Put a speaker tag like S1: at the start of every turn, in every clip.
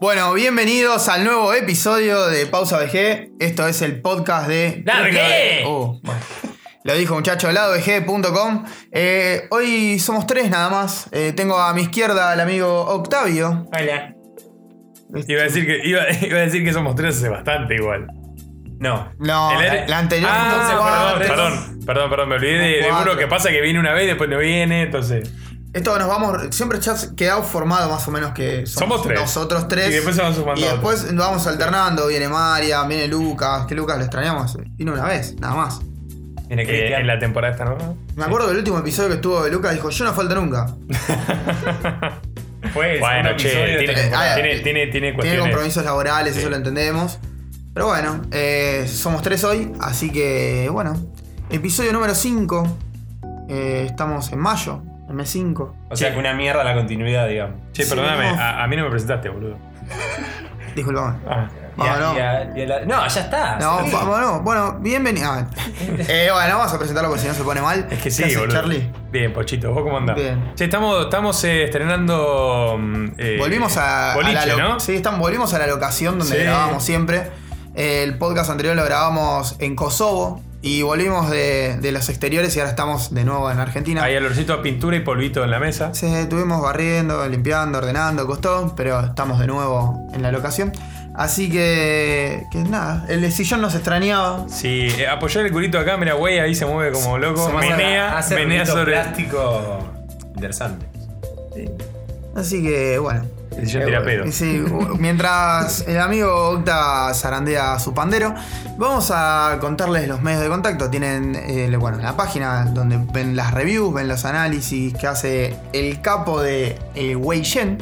S1: Bueno, bienvenidos al nuevo episodio de Pausa VG. Esto es el podcast de.
S2: ¡La VG!
S1: Oh, bueno. Lo dijo muchacho, ladovg.com. Eh, hoy somos tres nada más. Eh, tengo a mi izquierda al amigo Octavio.
S2: Hola.
S1: Este.
S3: Iba a decir que, iba, iba a decir que somos tres hace bastante igual. No.
S1: No,
S3: El-
S1: la, la anterior.
S3: Ah,
S1: entonces,
S3: perdón,
S1: antes-
S3: perdón, perdón, perdón, me olvidé de, de
S1: Cuatro.
S3: uno que pasa que viene una vez, después no viene, entonces.
S1: Esto nos vamos. Siempre ya ha quedado formado más o menos que
S3: Somos tres.
S1: Nosotros tres.
S3: Y después se van sumando
S1: Y después vamos alternando. Viene María, viene Lucas. Que Lucas lo extrañamos. Vino una vez, nada más.
S3: Viene que
S2: Cristian.
S3: Eh, en la temporada esta nueva.
S1: Me acuerdo que el último episodio que estuvo de Lucas dijo: Yo no falta nunca.
S2: Fue el
S3: Bueno,
S2: segundo
S3: che,
S2: episodio de
S3: tiene,
S2: esta temporada.
S1: ah,
S3: tiene,
S1: eh,
S3: tiene, tiene
S1: Tiene
S3: cuestiones.
S1: compromisos laborales,
S3: Sí.
S1: eso lo entendemos. Pero bueno, eh, somos tres hoy, así que bueno. Episodio número 5. estamos en mayo, el mes 5.
S2: O sea que una mierda la continuidad, digamos.
S3: Che,
S1: Sí,
S3: perdóname,
S1: no.
S3: a, a mí no me presentaste, boludo.
S1: Disculpame.
S3: Ah,
S2: Y a-
S1: Vámonos.
S2: y a- y a la- No, ya está.
S1: No,
S2: Sí.
S1: vámonos. Bueno, bienvenido. Ah, eh, bueno, vamos a presentarlo porque si no se pone mal.
S3: es que
S1: ¿Qué
S3: sí,
S1: haces,
S3: boludo.
S1: Charlie?
S3: Bien, Pochito, ¿vos cómo andás?
S1: Bien.
S3: Che, estamos, estamos eh, estrenando. mm, eh,
S1: Volvimos a, a
S3: Boliche,
S1: la lo-
S3: ¿no?
S1: sí, estamos- volvimos a la locación donde
S3: Sí.
S1: grabábamos siempre. Eh, El podcast anterior lo grabamos en Kosovo y volvimos de, de los exteriores y ahora estamos de nuevo en Argentina.
S3: Hay olorcito a pintura y polvito en la mesa.
S1: Sí, estuvimos barriendo, limpiando, ordenando, costó, pero estamos de nuevo en la locación. Así que, que nada, el sillón nos extrañaba.
S3: Sí, eh, apoyar el culito acá, mira, güey, ahí se mueve como loco.
S2: Se
S3: menea,
S2: hace
S3: menea
S2: ruiditos
S3: sobre.
S2: plástico interesante.
S1: Así que, bueno.
S3: El sillón tira pedo.
S1: Y sí, mientras el amigo Octa zarandea su pandero, vamos a contarles los medios de contacto. Tienen eh, bueno, la página donde ven las reviews, ven los análisis que hace el capo de el Wei Shen.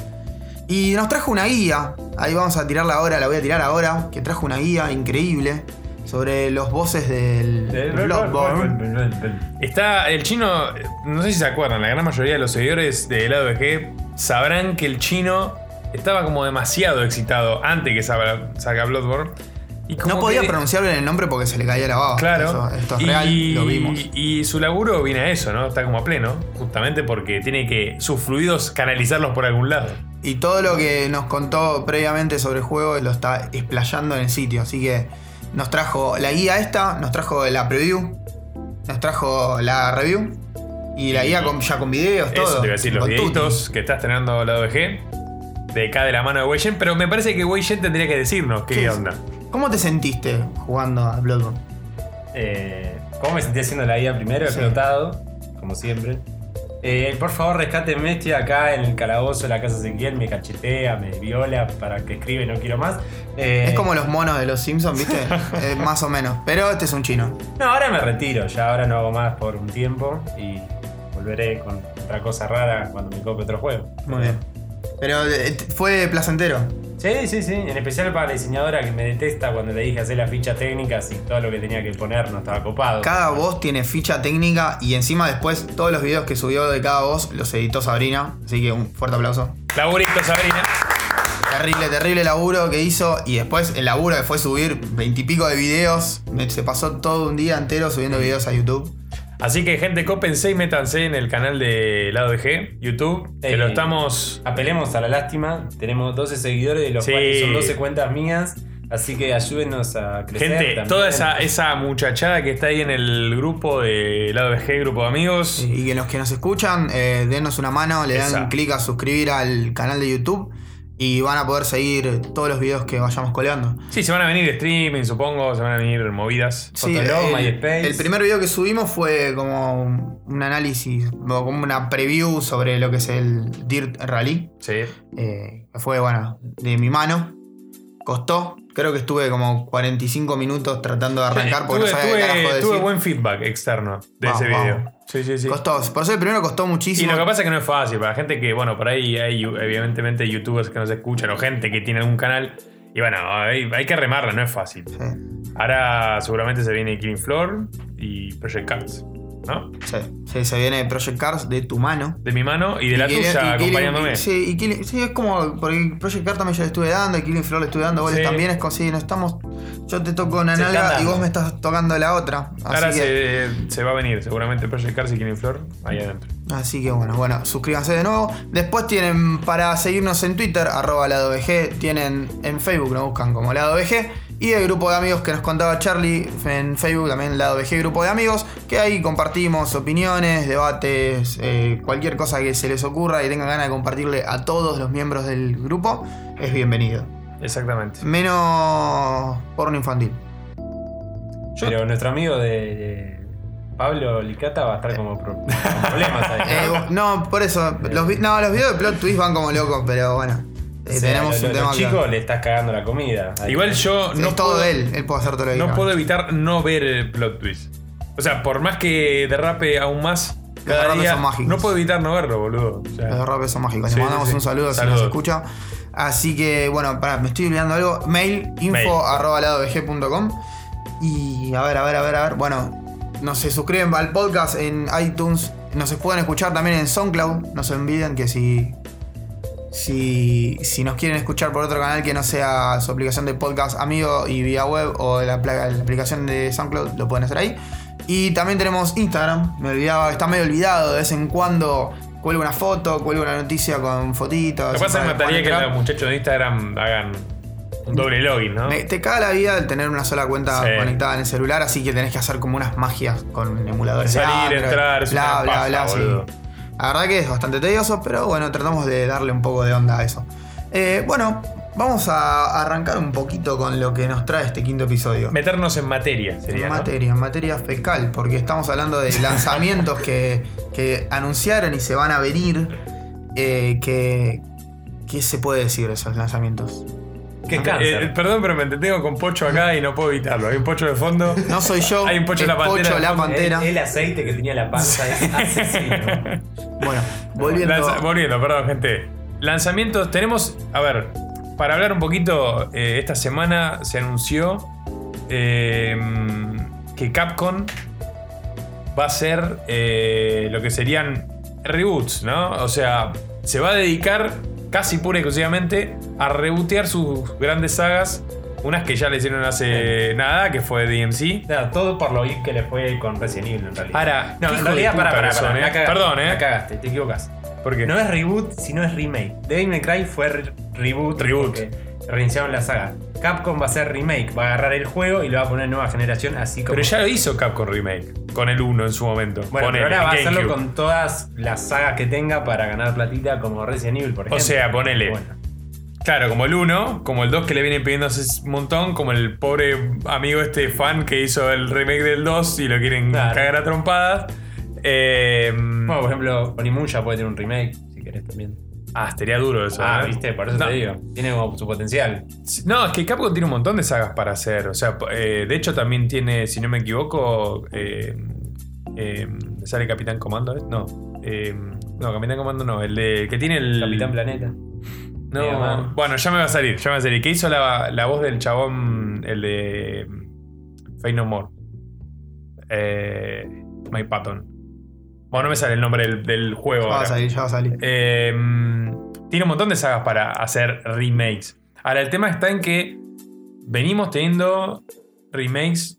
S1: Y nos trajo una guía. Ahí vamos a tirarla ahora, la voy a tirar ahora. Que trajo una guía increíble sobre los voces
S3: Eh,
S1: del Bloodborne.
S3: Está el chino, eh, no sé si se acuerdan, la gran mayoría de los seguidores de lado VG sabrán que el chino estaba como demasiado excitado antes que saca, saca Bloodborne. Y como
S1: No podía
S3: que-
S1: pronunciarle el nombre porque se le caía la baba.
S3: Claro.
S1: Ah, Eso- esto es real, lo vimos.
S3: Y su laburo viene a eso, ¿no? Está como a pleno, justamente porque tiene que sus fluidos canalizarlos por algún lado.
S1: Y todo lo que nos contó previamente sobre el juego lo está explayando en el sitio. Así que nos trajo la guía esta, nos trajo la preview, nos trajo la review y la guía con, ya con videos, todo.
S3: Eso te iba a decir, los
S1: con tutti.
S3: videitos que está estrenando lado VG, de acá de la mano de Wei Shen, pero me parece que Wei Shen tendría que decirnos qué
S1: Sí, sí.
S3: onda.
S1: ¿Cómo te sentiste jugando a Bloodborne?
S2: Eh, ¿Cómo me sentí haciendo la guía primero?
S1: Sí.
S2: Explotado, como siempre. Eh, por favor, rescátenme, estoy acá en el calabozo de la casa Ezequiel, me cachetea, me viola para que escribe, no quiero más. Eh,
S1: Es como los monos de los Simpsons, ¿viste? Eh, más o menos. Pero este es un chino.
S2: No, ahora me retiro, ya ahora no hago más por un tiempo y volveré con otra cosa rara cuando me cope otro juego.
S1: Muy bien. Pero eh, fue placentero.
S2: Sí, sí, sí. En especial para la diseñadora que me detesta cuando le dije hacer las fichas técnicas y todo lo que tenía que poner no estaba copado.
S1: Cada voz tiene ficha técnica y encima después todos los videos que subió de cada voz los editó Sabrina. Así que un fuerte aplauso.
S3: Laburito, Sabrina.
S1: Terrible, terrible laburo que hizo. Y después el laburo que fue subir veintipico de videos. Me- Se pasó todo un día entero subiendo videos a YouTube.
S3: Así que, gente, cópense y métanse en el canal de lado VG, YouTube, que
S2: Eh,
S3: lo estamos.
S2: Apelemos a la lástima. Tenemos 12 seguidores, de los
S3: Sí.
S2: cuales son 12 cuentas mías. Así que ayúdenos a crecer.
S3: Gente,
S2: también.
S3: toda esa, esa muchachada que está ahí en el grupo de lado VG, grupo de amigos.
S1: Y que los que nos escuchan, eh, denos una mano, le dan
S3: Exacto.
S1: clic a suscribir al canal de YouTube. Y van a poder seguir todos los videos que vayamos coleando.
S3: Sí, se van a venir streaming, supongo, se van a venir movidas.
S2: Fotolog,
S1: el,
S2: MySpace.
S1: el primer video que subimos fue como un, un análisis, o como una preview sobre lo que es el Dirt Rally.
S3: Sí.
S1: Eh, fue, bueno, de mi mano. Costó. Creo que estuve como 45 minutos tratando de arrancar porque no
S3: tuve,
S1: sabía qué carajo
S3: tuve,
S1: decir.
S3: tuve buen feedback externo de
S1: Vamos,
S3: ese video.
S1: vamos.
S3: Sí, sí, sí.
S1: Costó. Por eso el primero costó
S3: Y
S1: muchísimo.
S3: lo que pasa es que no es fácil. Para gente que, bueno, por ahí hay evidentemente youtubers que no se escuchan o gente que tiene algún canal. Y bueno, hay, hay que remarla, no es fácil.
S1: Sí.
S3: Ahora seguramente se viene Killing Floor y Project Cars. ¿no?
S1: Sí, sí, se viene Project Cars de tu mano.
S3: De mi mano y de la
S1: Y Killing-
S3: tuya
S1: y Killing-
S3: acompañándome.
S1: sí, y Killing- sí, es como. Porque Project Cars también yo le estuve dando, y Killing Floor le estuve dando, vos
S3: Sí.
S1: le también es como si no estamos. Yo te toco una
S2: Se están
S1: nalga y
S2: dando.
S1: vos me estás tocando la otra. Así
S3: Ahora
S1: que,
S3: se, se va a venir, seguramente Project Cars y Killing Floor ahí adentro.
S1: Así que bueno, bueno, suscríbanse de nuevo. Después tienen para seguirnos en Twitter, arroba lado BG, tienen en Facebook, nos buscan como lado BG. Y el grupo de amigos que nos contaba Charlie en Facebook, también lado BG, grupo de amigos, que ahí compartimos opiniones, debates, eh, cualquier cosa que se les ocurra y tengan ganas de compartirle a todos los miembros del grupo, es bienvenido.
S3: Exactamente.
S1: Menos porno infantil.
S2: Pero nuestro amigo de, de Pablo Licata va a estar como pro- con problemas ahí.
S1: Eh, no, por eso, los, vi- no, los videos de plot twist van como locos, pero bueno, eh,
S2: O sea,
S1: tenemos
S2: lo-
S1: un
S2: lo-
S1: tema
S2: los
S1: que-
S2: chicos le estás cagando la comida. Ahí.
S3: Igual yo
S1: No
S3: no
S1: es todo
S3: puedo,
S1: de él, él puede hacer todo lo que
S3: no
S1: quiera.
S3: puedo evitar no ver el plot twist. O sea, por más que derrape aún más, cada
S1: derrapes
S3: día,
S1: son mágicos.
S3: no puedo evitar no verlo, boludo. O sea,
S1: Los derrapes son mágicos.
S3: Sí,
S1: Le mandamos
S3: sí, sí.
S1: un saludo si
S3: Saludos.
S1: nos escucha. Así que, bueno, pará, me estoy olvidando algo. Mail info arroba ladobg.com. Y a ver, a ver, a ver, a ver. Bueno, nos se suscriben al podcast en iTunes. Nos pueden escuchar también en SoundCloud. No se olviden que si. Si, si nos quieren escuchar por otro canal que no sea su aplicación de podcast amigo y vía web o la, pla- la aplicación de SoundCloud, lo pueden hacer ahí. Y también tenemos Instagram, me olvidaba, está medio olvidado, de vez en cuando cuelgo una foto, cuelgo una noticia con fotitos.
S3: Lo que pasa es que
S1: para-
S3: mataría que
S1: para
S3: los
S1: entrar.
S3: muchachos de Instagram hagan un doble login, ¿no?
S1: Me- te caga la vida el tener una sola cuenta
S3: Sí.
S1: conectada en el celular, así que tenés que hacer como unas magias con emuladores. de
S3: Salir,
S1: Android,
S3: entrar, es
S1: bla,
S3: una
S1: bla,
S3: paja,
S1: bla, sí.
S3: boludo.
S1: La verdad que es bastante tedioso, pero bueno, tratamos de darle un poco de onda a eso. Eh, bueno, vamos a arrancar un poquito con lo que nos trae este quinto episodio.
S3: Meternos en materia sería.
S1: En
S3: ¿no? Eh,
S1: materia, en materia fecal, porque estamos hablando de lanzamientos que, que anunciaron y se van a venir. eh, que, ¿Qué se puede decir de esos lanzamientos?
S2: ¿Qué es
S3: Eh,
S2: cáncer?
S3: perdón, pero me entretengo con Pocho acá y no puedo evitarlo. Hay un Pocho de fondo.
S1: No soy yo,
S3: Hay un Pocho
S1: es
S3: la Pantera.
S1: Pocho la
S2: el,
S1: Pantera.
S2: el aceite que tenía la panza es asesino.
S1: Bueno, volviendo.
S3: Lanza- volviendo, perdón, gente. Lanzamientos, tenemos. A ver, para hablar un poquito, eh, esta semana se anunció eh, que Capcom va a hacer eh, lo que serían reboots, ¿no? O sea, se va a dedicar casi pura y exclusivamente a rebootear sus grandes sagas. Unas que ya le hicieron hace nada, que fue DMC.
S2: No, todo por lo bien que le fue con Resident Evil en realidad.
S3: Ahora,
S2: no,
S3: hijo
S2: en
S3: de
S2: realidad,
S3: puta
S2: pará, pará,
S3: que son,
S2: pará,
S3: eh.
S2: la cagaste,
S3: Perdón, eh.
S2: La cagaste, te equivocas.
S3: Porque
S2: No es reboot, sino es remake. Devil May Cry fue re- reboot.
S3: Reboot.
S2: porque Reiniciaron la saga. Capcom va a hacer remake, va a agarrar el juego y lo va a poner en nueva generación, así como.
S3: Pero ya lo hizo Capcom Remake, con el 1 en su momento.
S2: Bueno,
S3: Ponele,
S2: pero ahora va a
S3: en
S2: hacerlo
S3: GameCube.
S2: con todas las sagas que tenga para ganar platita, como Resident Evil, por ejemplo.
S3: O sea, ponele.
S2: Bueno.
S3: Claro, como el 1, como el 2 que le vienen pidiendo hace un montón, como el pobre amigo este fan que hizo el remake del 2 y lo quieren
S2: Claro.
S3: cagar a trompadas. Eh,
S2: Bueno, por ejemplo, Onimusha puede tener un remake, si querés también.
S3: ah, estaría duro eso.
S2: Ah,
S3: ¿eh?
S2: viste, por eso
S3: no,
S2: te digo. Tiene como su potencial.
S3: No, es que Capcom tiene un montón de sagas para hacer. O sea, eh, de hecho también tiene, si no me equivoco, eh, eh, ¿sale Capitán Comando? eh? No. eh, no, Capitán Comando no. El de, que tiene el...
S2: Capitán Planeta. Mega
S3: No,
S2: Man.
S3: bueno, ya me va a salir, ya me va a salir. ¿Qué hizo la, la voz del chabón, el de Fey No More? Eh, Mike Patton. Bueno, no me sale el nombre del, del juego.
S1: Ya va a
S3: ahora.
S1: salir, ya va a salir.
S3: Eh, tiene un montón de sagas para hacer remakes. Ahora, el tema está en que venimos teniendo remakes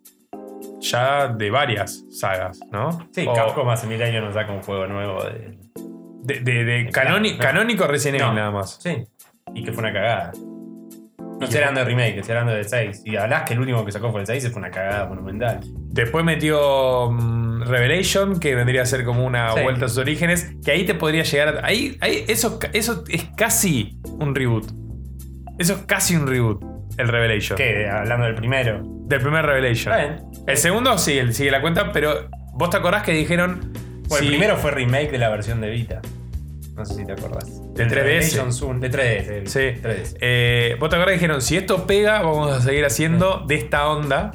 S3: ya de varias sagas, ¿no?
S2: Sí,
S3: O
S2: Capcom hace mil años nos saca un juego nuevo de.
S3: De, de- de canoni-
S2: Claro.
S3: canónico recién
S2: No.
S3: nada más.
S2: Sí. Y que fue una cagada. No estoy hablando de remake, estoy hablando del 6. Y hablás que el último que sacó fue el 6 y fue una cagada monumental.
S3: Después metió mm, Revelation, que vendría a ser como una
S2: Sí.
S3: vuelta a sus orígenes, que ahí te podría llegar a... Ahí, ahí, eso, eso es casi un reboot. Eso es casi un reboot, el Revelation.
S2: ¿Qué? Hablando del primero.
S3: Del primer Revelation.
S2: Está bien.
S3: El segundo sí, el- sigue la cuenta, pero vos te acordás que dijeron...
S2: Bueno,
S3: sí,
S2: el primero fue remake de la versión de Vita. No sé si te acordás.
S3: Del 3DS.
S2: Revelation Zoom, De 3DS.
S3: Sí.
S2: 3DS.
S3: eh, vos te acordás que dijeron, si esto pega, vamos a seguir haciendo de esta onda.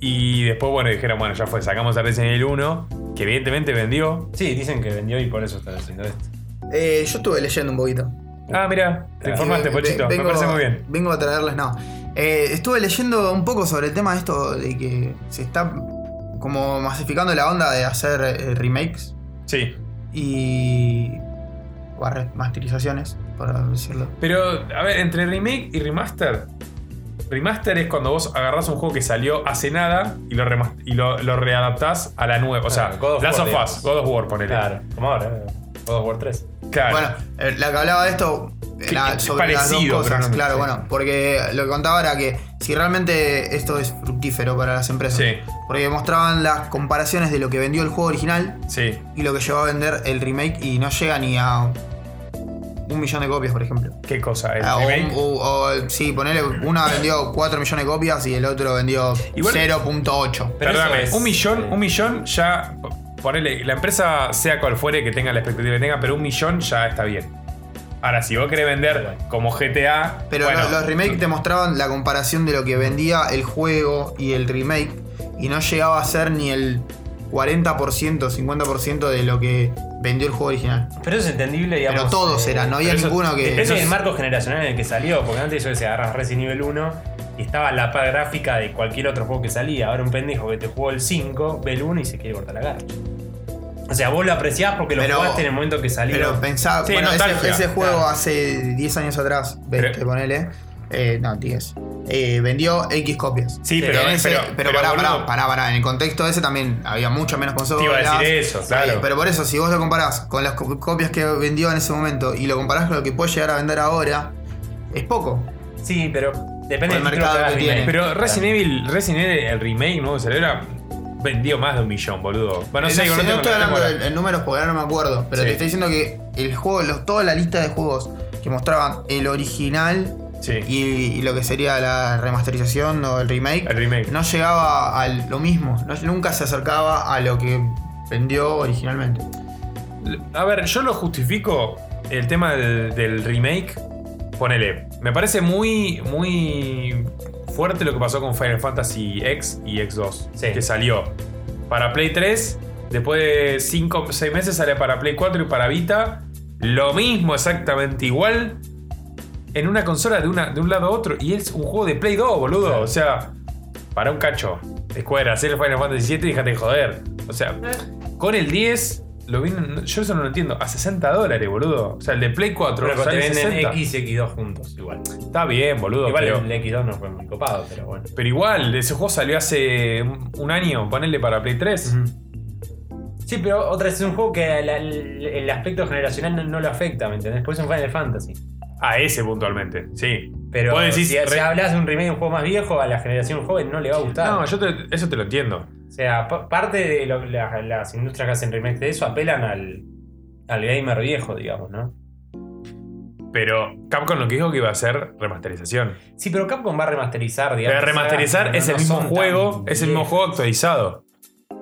S3: Y después, bueno, dijeron, bueno, ya fue, sacamos a Resident Evil 1, que evidentemente vendió.
S2: Sí, dicen que vendió y por eso están haciendo esto.
S1: Eh, yo estuve leyendo un poquito.
S3: Ah, mira, te informaste,
S1: Eh,
S3: Pochito.
S1: ve-
S3: Me parece muy bien.
S1: Vengo a traerles, no. Eh, estuve leyendo un poco sobre el tema de esto de que se está como masificando la onda de hacer eh, remakes
S3: Sí.
S1: y. o remasterizaciones, para decirlo.
S3: Pero, a ver, entre remake y remaster. Remaster es cuando vos agarrás un juego que salió hace nada y lo, remas- y lo, lo readaptás a la nueva. O sea,
S2: Claro, God of
S3: Last
S2: War,
S3: of Us,
S2: digamos.
S3: God of War, ponele.
S2: Claro, como ahora, eh, God of War 3.
S3: Claro.
S1: Bueno, eh, la que hablaba de esto
S3: Que
S1: era
S3: es
S1: sobre las dos
S3: parecido,
S1: cosas,
S3: pero no-
S1: claro,
S3: sí.
S1: bueno, porque lo que contaba era que si realmente esto es fructífero para las empresas,
S3: Sí.
S1: porque mostraban las comparaciones de lo que vendió el juego original
S3: Sí.
S1: y lo que llegó a vender el remake y no llega ni a un millón de copias, por ejemplo.
S3: ¿Qué cosa? ¿El
S1: Ah, o, un-
S3: remake?
S1: o- o- sí, ponele, una vendió 4 millones de copias y el otro vendió
S3: Igual-
S1: 0.8.
S2: Pero
S3: Perdóname,
S2: eso es-
S3: un millón,
S2: eh,
S3: un millón ya. Ponele, la empresa sea cual fuere que tenga la expectativa que tenga, pero un millón ya está bien. Ahora, si vos querés vender como GTA.
S1: Pero
S3: bueno,
S1: lo- los remakes te mostraban la comparación de lo que vendía el juego y el remake y no llegaba a ser ni el 40%, 50% de lo que vendió el juego original.
S2: Pero eso es entendible, digamos.
S1: Pero todos
S2: eh,
S1: eran, no había
S3: pero eso-
S1: ninguno que...
S2: Eso es
S3: es-
S2: el marco generacional en el que salió, porque antes yo decía, agarras Resident Evil 1 y estaba la pa gráfica de cualquier otro juego que salía. Ahora un pendejo que te jugó el 5, ve el 1 y se quiere cortar la cara. O sea, vos lo apreciás porque lo
S1: Pero-
S2: jugaste en el momento que salió.
S1: Pero pensaba,
S3: Sí,
S1: bueno, ese,
S3: nostalgia,
S1: ese juego
S3: claro.
S1: hace 10 años atrás, 20,
S3: Pero-
S1: ponele, eh, no, 10, eh, vendió X copias.
S3: Sí,
S1: En
S3: pero.
S1: ese-
S3: pero,
S1: pero,
S3: pero,
S1: pará,
S3: boludo,
S1: pará, pará, pará, en el contexto ese también había mucho menos consolas.
S3: Te iba a decir eso,
S1: Sí,
S3: claro.
S1: Eh, Pero por eso, si vos lo comparás con las co- copias que vendió en ese momento y lo comparás con lo que puede llegar a vender ahora, es poco.
S2: Sí, pero depende
S1: Por el
S2: título
S1: mercado
S2: hagas
S1: que
S2: remake.
S1: tiene.
S3: Pero Resident Evil, Resident Evil, el remake nuevo que salió era- vendió más de un millón, boludo. Bueno, no
S1: Eh,
S3: sé,
S1: no,
S3: no
S1: sé, no
S3: tengo-
S1: estoy
S3: no tengo
S1: hablando
S3: la-
S1: de, de números porque ahora no me acuerdo, pero
S3: Sí.
S1: te estoy diciendo que el juego, los- toda la lista de juegos que mostraban el original
S3: Sí,
S1: y, y lo que sería la remasterización o el remake,
S3: el remake.
S1: no llegaba a lo mismo, no- nunca se acercaba a lo que vendió originalmente.
S3: A ver, yo lo justifico el tema del, del remake. Ponele, me parece muy, muy fuerte lo que pasó con Final Fantasy X y X2,
S2: Sí.
S3: que salió para Play 3, después de 5 6 meses sale para Play 4 y para Vita, lo mismo exactamente igual en una consola de, una, de un lado a otro y es un juego de Play 2, boludo,
S2: Claro.
S3: o sea, para un cacho. Escuadra, hacer el Final Fantasy VII y déjate de joder. O sea, con el 10 lo vienen. Yo eso no lo entiendo. A 60 dólares, boludo. O sea, el de Play 4
S2: Pero te
S3: sale
S2: venden
S3: 60.
S2: X y X2 juntos, igual.
S3: Está bien, boludo.
S2: igual
S3: pero,
S2: el X2 no fue muy copado, pero bueno.
S3: pero igual, ese juego salió hace un un año. Ponele para Play 3.
S2: Sí, pero otra vez es un juego que la- el, el aspecto generacional no, no lo afecta, ¿me entendés? Pues es un Final Fantasy.
S3: A ese puntualmente. Sí.
S2: Pero
S3: Vos decís,
S2: si, si
S3: re-
S2: hablas de un remake de un juego más viejo, a la generación joven no le va a gustar.
S3: No, yo te- eso te lo entiendo.
S2: O sea, pa- parte de lo- la- las industrias que hacen remakes de eso apelan al, al gamer viejo, digamos, ¿no?
S3: Pero Capcom lo que dijo que iba a hacer remasterización.
S2: Sí, pero Capcom va a remasterizar, digamos.
S3: Pero remasterizar
S2: sagas,
S3: es el
S2: pero no
S3: mismo
S2: son
S3: juego.
S2: tan
S3: Es el mismo
S2: viejas.
S3: juego actualizado.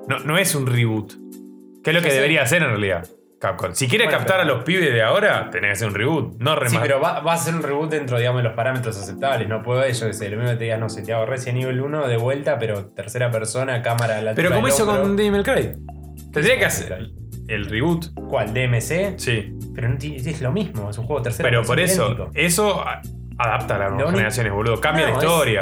S3: No, no es un reboot. Que es lo
S2: Ya
S3: que
S2: sé.
S3: debería hacer en realidad. Capcom. Si quiere
S2: Bueno,
S3: captar
S2: pero-
S3: a los pibes de ahora, tenés que hacer un reboot, no
S2: Sí,
S3: remaster.
S2: pero va, va a ser un reboot dentro, digamos, de los parámetros aceptables. No puedo eso, que sé, lo mismo que te digas, no sé, te hago Resident Evil 1 de vuelta, pero tercera persona, cámara, la
S3: Pero
S2: tipa
S3: como
S2: del
S3: hizo
S2: hombro.
S3: con Devil May Cry. Tendría que hacer el reboot.
S2: ¿Cuál? ¿DMC?
S3: Sí.
S2: Pero no ti- es lo mismo, es un juego tercero.
S3: Pero por eso, eso a- adapta a las nuevas
S2: Lo único-
S3: generaciones, boludo. Cambia
S2: No,
S3: la
S2: es-
S3: historia.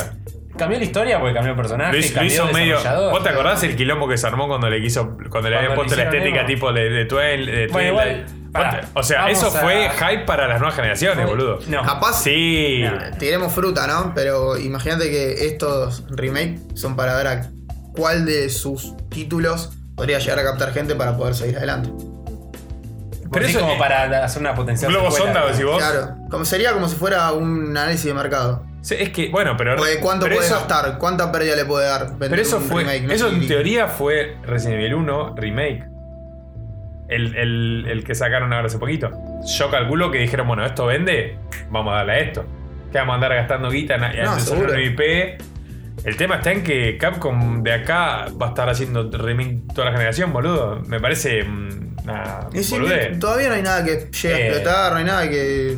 S2: Cambió la historia porque cambió el personaje.
S3: Lo hizo- lo
S2: cambió
S3: hizo
S2: el
S3: medio.
S2: desarrollador.
S3: ¿Vos te acordás el quilombo que se armó cuando le quiso. Cuando le habían
S2: Cuando
S3: puesto
S2: le
S3: la
S2: hicieron
S3: estética
S2: emo.
S3: tipo de, de Twain- de
S2: Bueno,
S3: Twain,
S2: igual,
S3: la- ¿Vos
S2: pará.
S3: te- O sea,
S2: Vamos
S3: eso
S2: a-
S3: fue hype para las nuevas generaciones, boludo.
S2: No.
S1: Capaz
S3: Sí.
S2: No.
S1: tiremos fruta, ¿no? Pero imagínate que estos remakes son para ver a cuál de sus títulos podría llegar a captar gente para poder seguir adelante.
S2: Pero eso es como para hacer una potencial.
S3: Globo
S2: secuela,
S3: sonda,
S2: ¿no?
S3: decís vos.
S1: Claro, como sería como si fuera un análisis de mercado.
S3: Sí, Es que, bueno, pero.
S1: Porque cuánto
S3: pero
S1: puede
S3: eso-
S1: gastar, cuánta pérdida le puede dar. vender
S3: Pero eso
S1: un
S3: fue.
S1: remake, no
S3: eso
S1: sé,
S3: en
S1: ni-
S3: teoría fue Resident Evil 1 Remake. El, el- el que sacaron ahora hace poquito. Yo calculo que dijeron, bueno, esto vende, vamos a darle a esto. Que vamos a andar gastando guita en, en
S1: No,
S3: desarrollar
S1: seguro.
S3: un IP. El tema está en que Capcom de acá va a estar haciendo remake toda la generación, boludo. Me parece mm, una
S1: Y sí,
S3: boludez.
S1: todavía no hay nada que llegue
S2: Eh.
S1: a explotar, no hay nada que.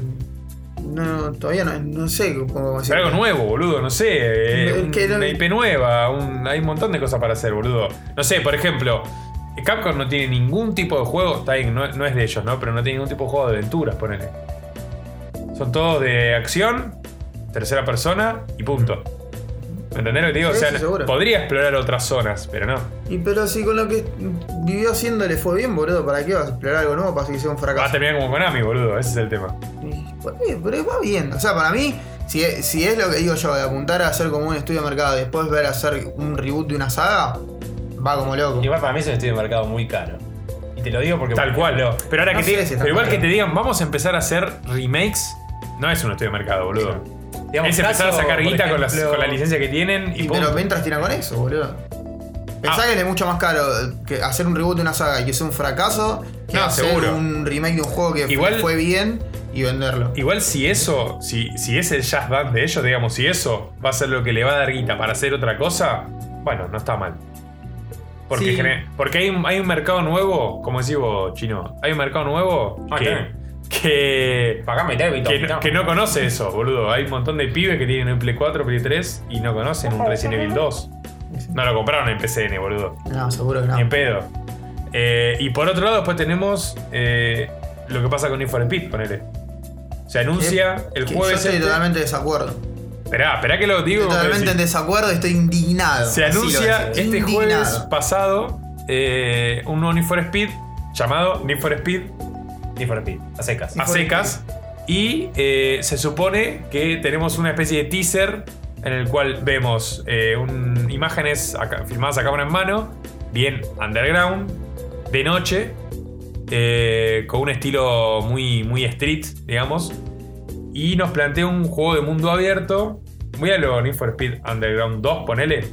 S1: No, no, todavía no, no sé cómo
S3: Pero
S1: decirlo.
S3: algo nuevo, boludo, no sé. eh,
S1: Es
S3: un-
S1: que no-
S3: Una IP nueva, un- hay un montón de cosas para hacer, boludo. No sé, por ejemplo, Capcom no tiene ningún tipo de juego, está bien, no, no es de ellos, ¿no? Pero no tiene ningún tipo de juego de aventuras, ponele. Son todos de acción, tercera persona y punto. ¿Me entendés lo que te digo? O
S1: Sí,
S3: sea,
S1: sí, seguro.
S3: podría explorar otras zonas, pero no.
S1: Y pero si con lo que vivió haciendo le fue bien, boludo, ¿para qué vas a explorar algo nuevo para que sea un
S3: Va a
S1: fracaso?
S3: terminar como Konami, boludo. Ese es el tema.
S1: Y, ¿por qué? Pero va bien. O sea, para mí, si, es- si es lo que digo yo, de apuntar a hacer como un estudio de mercado y después ver hacer un reboot de una saga, va como loco.
S2: Igual para mí es un estudio de mercado muy caro. Y te lo digo porque.
S3: Tal cual.
S2: no.
S3: Pero ahora
S1: No
S3: que
S1: sé
S3: te,
S1: si está
S3: pero igual
S1: mal.
S3: que te digan, vamos a empezar a hacer remakes, no es un estudio de mercado, boludo.
S2: Digamos,
S3: es empezar a
S2: caso,
S3: sacar
S2: por
S3: guita con, las-
S2: ejemplo-
S3: con la licencia que tienen
S1: Y
S3: y, pum.
S1: pero mientras tiran con eso, boludo. Pensá
S3: Ah.
S1: que le es mucho más caro que hacer un reboot de una saga y que sea un fracaso que
S3: No,
S1: hacer
S3: seguro.
S1: un remake de un juego que
S3: Igual-
S1: fue bien y venderlo.
S3: Igual si eso, si, si es el jazz band de ellos, digamos, si eso va a ser lo que le va a dar guita para hacer otra cosa, bueno, no está mal. Porque,
S2: Sí.
S3: gener- porque hay, un- hay un mercado nuevo, como decís vos, chino, hay un mercado nuevo
S2: Ah, claro.
S3: que, que,
S2: Pagame David.
S3: que no, que no conoce eso, boludo. Hay un montón de pibes que tienen un Play 4, Play 3 y no conocen un Resident Evil 2. No lo compraron en PCN, boludo.
S1: No, seguro que
S3: Ni en
S1: no.
S3: pedo. Eh, y por otro lado, después tenemos eh, lo que pasa con Need for Speed, ponele. Se anuncia el
S1: Que
S3: jueves.
S1: Yo estoy
S3: este-
S1: totalmente en desacuerdo.
S3: Esperá, esperá que lo digo.
S1: Estoy totalmente en
S3: porque
S1: desacuerdo y estoy indignado.
S3: se
S1: Así lo
S3: anuncia
S1: voy a
S3: este
S1: decir.
S3: jueves
S1: Indignado.
S3: pasado eh, un nuevo Need for Speed llamado Need for Speed
S2: Need for Speed, a secas.
S1: Need
S3: a
S1: for
S3: secas. Y eh, se supone que tenemos una especie de teaser en el cual vemos eh, un- imágenes acá- filmadas a cámara en mano, bien underground, de noche, eh, con un estilo muy, muy street, digamos. Y nos plantea un juego de mundo abierto. Voy a lo Need for Speed Underground 2, ponele.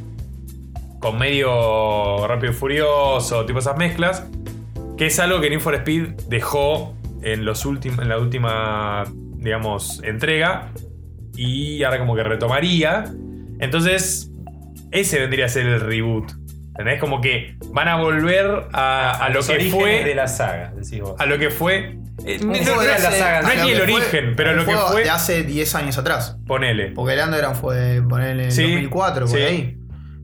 S3: Con medio rápido y furioso, tipo esas mezclas. Que es algo que Need for Speed dejó en, los últim- en la última, digamos, entrega. Y ahora como que retomaría. Entonces, ese vendría a ser el reboot. ¿Entendés? Como que van a volver a, a lo
S2: Los
S3: que
S2: orígenes
S3: fue Ah.
S2: de la saga, decís vos.
S3: a lo que fue. eh,
S1: Un
S3: no
S1: juego
S3: no
S1: de
S3: era la
S1: hace-
S3: saga, no
S1: a
S3: es
S1: lo
S3: ni el
S1: que fue-
S3: origen, pero
S1: un
S3: lo que
S1: juego
S3: fue.
S1: De hace 10 años atrás.
S3: Ponele.
S1: Porque el Underground fue ponerle
S3: Sí,
S1: 2004, por
S3: sí.
S1: ahí.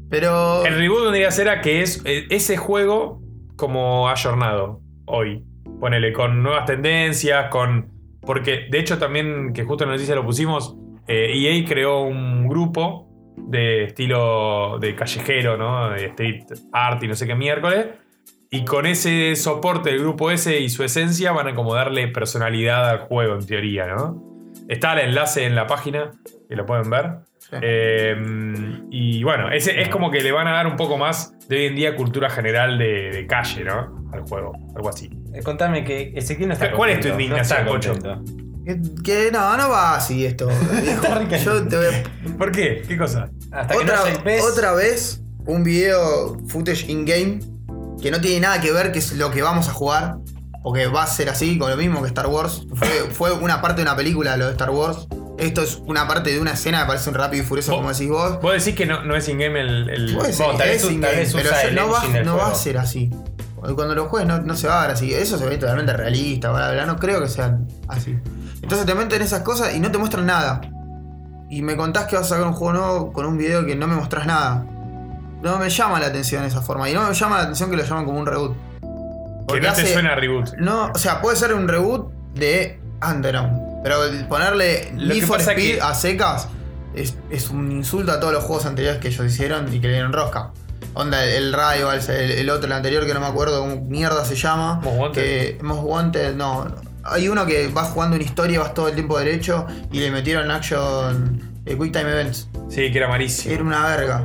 S1: Pero.
S3: El reboot vendría a ser a que es eh, ese juego como ayornado hoy. Ponele, con nuevas tendencias, con. Porque, de hecho, también, que justo en la noticia lo pusimos, eh, EA creó un grupo de estilo de callejero, ¿no? De street art y no sé qué miércoles. Y con ese soporte del grupo ese y su esencia van a como darle personalidad al juego, en teoría, ¿no? Está el enlace en la página, que lo pueden ver.
S1: Sí.
S3: Eh, y bueno, ese es como que le van a dar un poco más de hoy en día cultura general de, de calle, ¿no? Al juego, algo así.
S2: Eh, Contame que Ezequiel no está
S3: ¿Cuál es tu
S2: contento,
S3: indignación,
S2: no
S3: Pocho?
S2: está contento.
S1: Que, que no, no va así esto. viejo.
S2: rica.
S1: Yo te voy a-
S3: ¿Por qué? ¿Qué cosa?
S2: Hasta que
S1: Otra,
S2: no se empez-
S1: otra vez, un video footage in-game que no tiene nada que ver que es lo que vamos a jugar. Porque va a ser así, con lo mismo que Star Wars. Fue, fue una parte de una película lo de Star Wars. Esto es una parte de una escena que parece un rápido y furioso,
S3: Vos-
S1: como decís vos.
S3: Vos decís que no, no es in-game el. el-
S1: Puede ser
S2: Bueno,
S1: que
S2: tal vez
S1: es
S2: un- tal
S1: in-game,
S2: vez
S1: pero
S2: usa
S1: yo-
S2: el
S1: no, va,
S2: engine del
S1: no va a
S2: juego.
S1: ser así. Cuando lo juegues no, no se va a ver así. Eso se ve totalmente realista, bla, bla, No creo que sea así. Entonces te meten esas cosas y no te muestran nada. Y me contás que vas a sacar un juego nuevo con un video que no me mostrás nada. No me llama la atención esa forma. Y no me llama la atención que lo llaman como un reboot.
S3: que no te
S1: hace-
S3: suena a reboot.
S1: No, o sea, puede ser un reboot de Underground. Pero el ponerle
S3: Lo
S1: Need
S3: que
S1: for
S3: pasa
S1: Speed
S3: que-
S1: a secas es, es un insulto a todos los juegos anteriores que ellos hicieron y que le dieron rosca. Onda, el Rivals, el, el otro, el anterior que no me acuerdo cómo mierda se llama.
S3: Most
S1: Que,
S3: Wanted.
S1: Most Wanted, no. Hay uno que vas jugando una historia, vas todo el tiempo derecho y le metieron action eh, Quick Time Events.
S3: Sí, que era malísimo.
S1: Era una verga.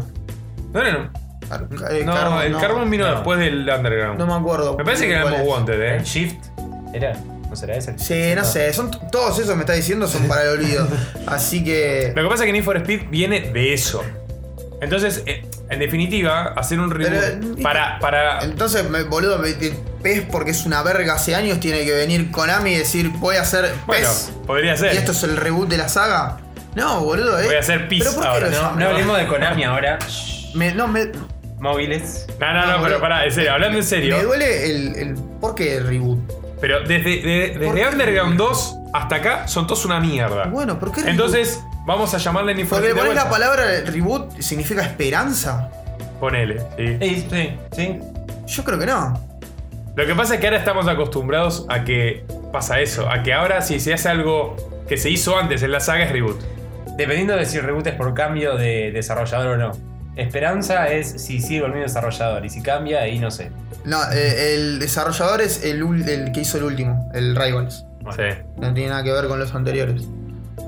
S3: No, no, no.
S1: Car- eh,
S3: No,
S1: Carbon,
S3: el
S1: no,
S3: Carbon vino
S2: no.
S3: después del Underground.
S1: No me acuerdo.
S3: me parece que era el
S1: cuál
S3: Most
S1: es.
S3: Wanted, ¿eh?
S2: ¿El Shift? ¿Era? ¿No será ese?
S1: Sí, no sé, son todos esos me está diciendo son para el olvido. Así que.
S3: Lo que pasa es que Need for Speed viene de eso. Entonces, eh, en definitiva, hacer un reboot
S1: Pero, eh, y-
S3: para, para.
S1: Entonces, me- boludo, me, te- PES porque es una verga hace años, tiene que venir Konami y decir, voy a hacer
S3: Bueno,
S1: PES.
S3: podría
S1: y
S3: ser.
S1: esto es el reboot de la saga. No, boludo, eh.
S3: Voy a hacer PIS
S1: ¿Pero por qué
S3: ahora,
S1: lo
S3: ¿no?
S2: No,
S1: llaman?
S2: no hablemos de Konami ahora.
S1: Me, no, me,
S2: Móviles.
S3: No, no, no,
S1: No,
S3: pero
S1: boludo.
S3: pará, en serio, hablando en serio.
S1: me duele el, el. ¿Por qué el reboot?
S3: Pero desde, de-
S1: ¿Por
S3: desde
S1: qué?
S3: Underground 2 hasta acá son todos una mierda.
S1: Bueno, ¿por qué reboot?
S3: Entonces, vamos a llamarle Need for
S1: Porque le
S3: Speed. de
S1: pones la
S3: vuelta.
S1: palabra reboot significa esperanza.
S3: Ponele, sí.
S2: Sí, sí, sí.
S1: Yo creo que no.
S3: Lo que pasa es que ahora estamos acostumbrados a que pasa eso, a que ahora si se hace algo que se hizo antes en la saga es reboot.
S2: Dependiendo de si el reboot es por cambio de desarrollador o no. Esperanza es si sigue el mismo desarrollador y si cambia, ahí no sé.
S1: No, eh, el desarrollador es el, ul- el que hizo el último, el Rivals.
S3: Sí.
S1: No tiene nada que ver con los anteriores.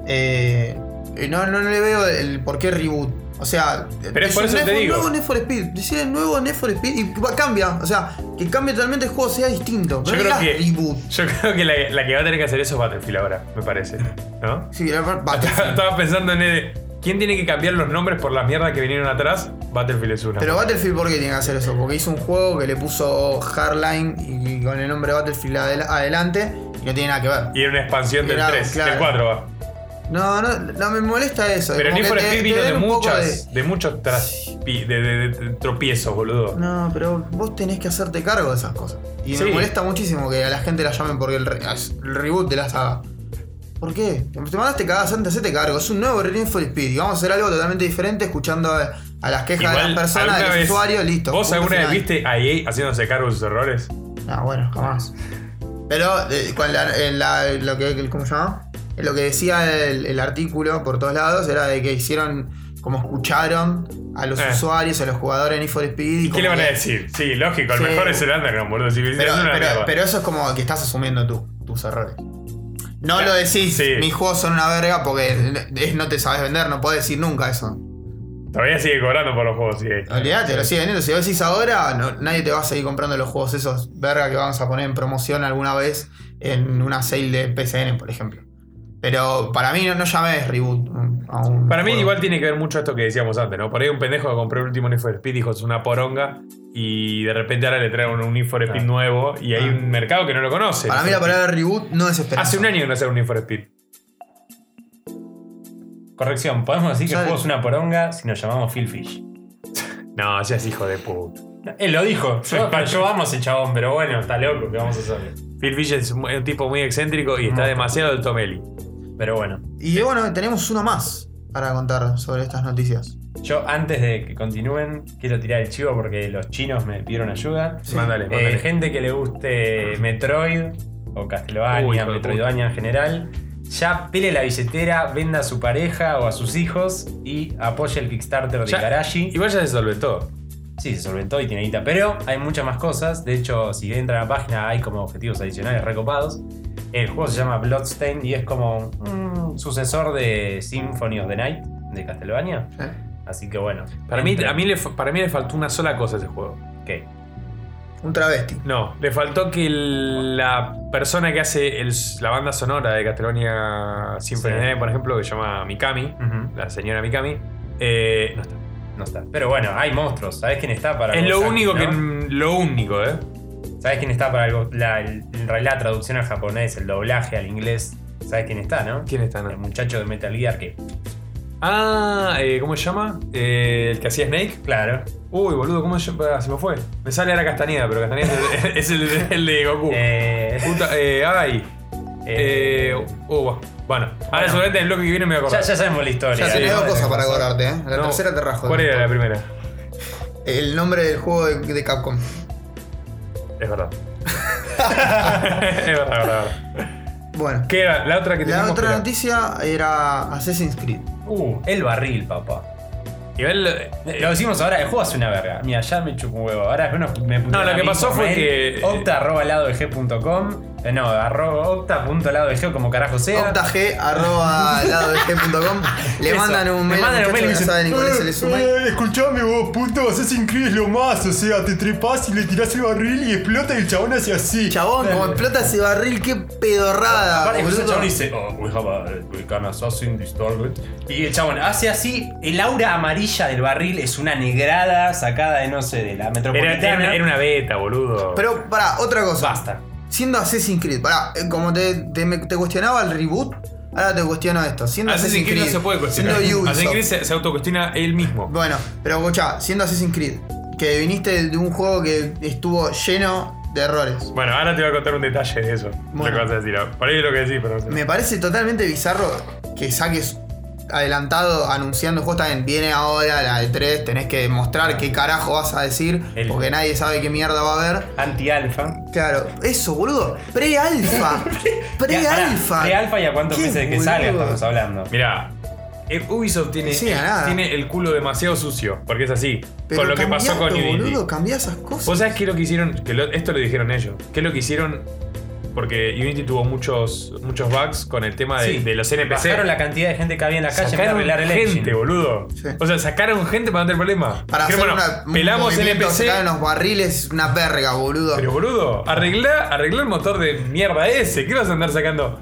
S1: Eh, eh, no, no le veo el por qué reboot. O sea,
S3: Pero es por
S1: un
S3: eso
S1: Need
S3: te
S1: for-
S3: digo.
S1: nuevo Need for Speed. Deciden nuevo Need for Speed y va- cambia. O sea, que cambie totalmente el juego, sea distinto.
S3: Yo
S1: No digas
S3: creo que.
S1: reboot.
S3: Yo creo que la, la que va a tener que hacer eso es Battlefield ahora, me parece. ¿No?
S1: Sí, la verdad, va-
S3: Estaba pensando en el- ¿Quién tiene que cambiar los nombres por las mierdas que vinieron atrás? Battlefield es una.
S1: Pero Battlefield, ¿por qué tiene que hacer eso? Porque hizo un juego que le puso Hardline y con el nombre Battlefield adel- adelante y no tiene nada que ver.
S3: y era una expansión del
S1: Era,
S3: 3, del
S1: claro.
S3: 4 va.
S1: No, no, no me molesta eso.
S3: Pero
S1: como
S3: Need
S1: que
S3: for
S1: te-
S3: Speed
S1: te
S3: vino de
S1: dan un poco
S3: muchas. De, muchos tras- pi- de, de- de- de tropiezos, boludo.
S1: No, pero vos tenés que hacerte cargo de esas cosas. Y
S3: Sí.
S1: me molesta muchísimo que a la gente la llamen porque el, re- es el reboot de la saga. ¿Por qué? Te te mandaste cagadas antes, hacete cargo. Es un nuevo Need for Speed. Y vamos a hacer algo totalmente diferente escuchando a, a las quejas de las personas, de
S3: ¿alguna
S1: los
S3: vez-
S1: usuarios, listo.
S3: ¿Vos
S1: punto
S3: alguna vez
S1: final.
S3: viste a EA haciéndose cargo de sus errores?
S1: No, bueno, jamás. Pero, eh, con la- en la- lo que, el- ¿cómo se llama? Eh, Lo que decía el, el artículo por todos lados era de que hicieron como escucharon a los
S3: Eh.
S1: usuarios, a los jugadores en Need for Speed. y
S3: ¿Y qué
S1: como
S3: le van a
S1: que-
S3: decir? Sí, lógico, el
S1: Sí.
S3: mejor es el Underground, boludo. Si me dicen,
S1: Pero,
S3: es una
S1: pero-
S3: mierda.
S1: pero eso es como que estás asumiendo tú, tus errores. No
S3: Ya,
S1: lo decís,
S3: sí.
S1: mis juegos son una verga porque es- no te sabes vender, no podés decir nunca eso.
S3: Todavía sigue cobrando por los juegos E EA.
S1: Olvídate, lo sigue vendiendo. Si lo decís ahora, no- nadie te va a seguir comprando los juegos esos verga que vamos a poner en promoción alguna vez en una sale de PCN, por ejemplo. Pero para mí no, no llames reboot. mm, a un
S3: Para mí
S1: juego.
S3: igual tiene que ver mucho esto que decíamos antes, ¿no? Por ahí un pendejo que compró el último Need for Speed dijo es una poronga y de repente ahora le traen un Need for Speed
S2: Ah.
S3: nuevo y hay
S1: Ah.
S3: un mercado que no lo conoce.
S1: Para mí la palabra reboot no es esperanza.
S3: Hace un año que no hace un Need for Speed.
S2: Corrección, podemos decir que el
S1: Ya-
S2: juego es una poronga si nos llamamos Phil Fish.
S3: No, ya es hijo de puta.
S2: Él lo dijo. Yo, yo amo a ese chabón, pero bueno, está loco, ¿qué vamos a hacerle?
S3: Phil Fish es un un tipo muy excéntrico y está
S2: Mm.
S3: demasiado del Tomeli.
S2: Pero bueno.
S1: Y bueno, tenemos uno más para contar sobre estas noticias.
S2: Yo antes de que continúen, quiero tirar el chivo porque los chinos me pidieron ayuda.
S1: Sí.
S3: Mándale,
S2: Eh,
S3: mándale.
S2: gente que le guste Metroid o
S3: Uy, hijo
S2: Castlevania,
S3: de
S2: Metroidvania en general, ya pele la billetera, venda a su pareja o a sus hijos y apoye el Kickstarter de
S3: Ya-
S2: Igarashi.
S3: Igual ya se solventó.
S2: Sí, se solventó y tiene guita, pero hay muchas más cosas. De hecho, si entran a la página hay como objetivos adicionales recopados. El juego se llama Bloodstained y es como un sucesor de Symphony of the Night de Castlevania.
S1: ¿eh?
S2: Así que bueno.
S3: Para mí,
S2: entren.
S3: a mí le, fa- para mí le faltó una sola cosa a ese juego.
S2: Ok.
S1: Un travesti.
S3: No, le faltó que el- la persona que hace el- la banda sonora de Castlevania Symphony
S2: Sí.
S3: of the Night, por ejemplo, que se llama Mikami,
S2: Ujú.
S3: la señora Mikami, eh, no está.
S2: No está. Pero bueno, hay monstruos. ¿Sabés quién está para
S3: Es lo
S2: Gozaki,
S3: único
S2: no?
S3: que. Lo único, ¿eh?
S2: ¿Sabés quién está para algo? La, el- en realidad, la traducción al japonés, el doblaje al inglés. ¿Sabés quién está, no?
S3: ¿Quién está? no?
S2: El muchacho de Metal Gear que,
S3: Ah, eh, ¿cómo se llama? Eh, el que hacía Snake.
S2: claro.
S3: Uy, boludo, ¿cómo se llama? Ah, Se me fue. Me sale ahora Castañeda, pero Castañeda es el, es el- el de Goku.
S2: Eh,
S3: Puta, eh, ay. Uh. Eh,
S2: eh,
S3: oh, bueno. ahora seguramente el bloque que viene me voy a
S2: ya,
S3: acordar.
S2: ya sabemos la historia.
S1: Ya
S2: ¿eh?
S1: tenés dos
S2: No
S1: cosas para
S2: tenemos razón.
S1: acordarte, ¿eh? La
S3: No,
S1: tercera te rajo.
S3: ¿Cuál era la primera?
S1: El nombre del juego de, de Capcom.
S3: Es verdad. es verdad, verdad, verdad.
S1: Bueno.
S3: ¿Qué era? La otra que
S1: La
S3: teníamos que
S1: otra
S3: era-
S1: noticia era Assassin's Creed.
S2: Uh, el barril, papá.
S3: Igual, eh,
S2: Lo decimos ahora, el juego hace una verga. Mira, ya me chupo un huevo. Ahora uno me putean
S3: No, lo
S2: a
S3: que
S2: mí
S3: pasó
S2: por
S3: fue
S2: mail.
S3: que- eh,
S2: Opta arroba ladodg.com. Eh, No, arroba opta.ladodg como carajo sea.
S1: Optag arroba ladodg.com. Le
S2: Eso,
S1: mandan un
S2: le
S1: mail.
S2: mandan un
S1: muchacho
S2: mail y
S1: que no
S2: dicen,
S1: sabe ni cuál es el
S4: Eh,
S1: mail.
S4: eh, Escuchame vos, puto, haces increíble lo más, o sea, te trepas y le tirás el barril y explota y el chabón hace así.
S1: Chabón, como explota ese barril, qué pedorrada.
S2: Aparte, incluso el
S1: boludo.
S2: chabón dice, oh, we have a, we can assassin disturbed. Y el chabón hace así, el aura amarilla del barril es una negrada sacada de, no sé, de la
S3: era,
S2: metropolitana.
S3: era una- era una beta, boludo.
S1: Pero pará, otra cosa.
S2: Basta.
S1: Siendo Assassin's Creed, pará, eh, como te, te, me- te cuestionaba el reboot, ahora te cuestiono esto. Siendo
S3: Assassin's Creed no se puede cuestionar.
S1: siendo Ubisoft.
S3: Assassin's Creed se, se autocuestiona él mismo.
S1: Bueno, pero escuchá, siendo Assassin's Creed, que viniste de un juego que estuvo lleno de errores.
S3: Bueno, ahora te voy a contar un detalle de eso. Lo
S1: Bueno.
S3: que vas a decir. ahora. Por ahí es lo que decís, pero no sé.
S1: Me parece totalmente bizarro que saques adelantado anunciando juegos también. Viene ahora la de 3, tenés que mostrar qué carajo vas a decir,
S2: El-
S1: porque nadie sabe qué mierda va a haber.
S2: Anti-alfa.
S1: Claro, eso, boludo. Pre-alfa.
S2: Ya, pará,
S1: Pre-alfa.
S2: Pre-alfa y a cuántos
S1: Qué
S2: meses de que
S1: boludo.
S2: salga estamos hablando.
S3: Mirá, eh, Ubisoft tiene,
S1: Sí, a nada.
S3: tiene el culo demasiado sucio, porque es así.
S1: Pero
S3: con lo que pasó con
S1: cambialo,
S3: Unity.
S1: boludo, cambiá esas cosas.
S3: ¿Vos sabés qué es lo que hicieron? Que lo- esto lo dijeron ellos. ¿Qué es lo que hicieron? Porque Unity tuvo muchos, muchos bugs con el tema de,
S2: Sí.
S3: de los NPC.
S2: Bajaron la cantidad de gente que había en la calle para
S3: Sacaron
S2: arreglar el
S3: gente,
S2: engine.
S3: boludo.
S1: Sí.
S3: O sea, sacaron gente para no tener problema.
S1: Para hacer
S3: Dijeron,
S1: una, un
S3: pelamos
S1: movimiento,
S3: NPC.
S1: sacar unos barriles, una verga, boludo.
S3: Pero boludo, arreglá, arreglá el motor de mierda ese. ¿Qué vas a andar sacando?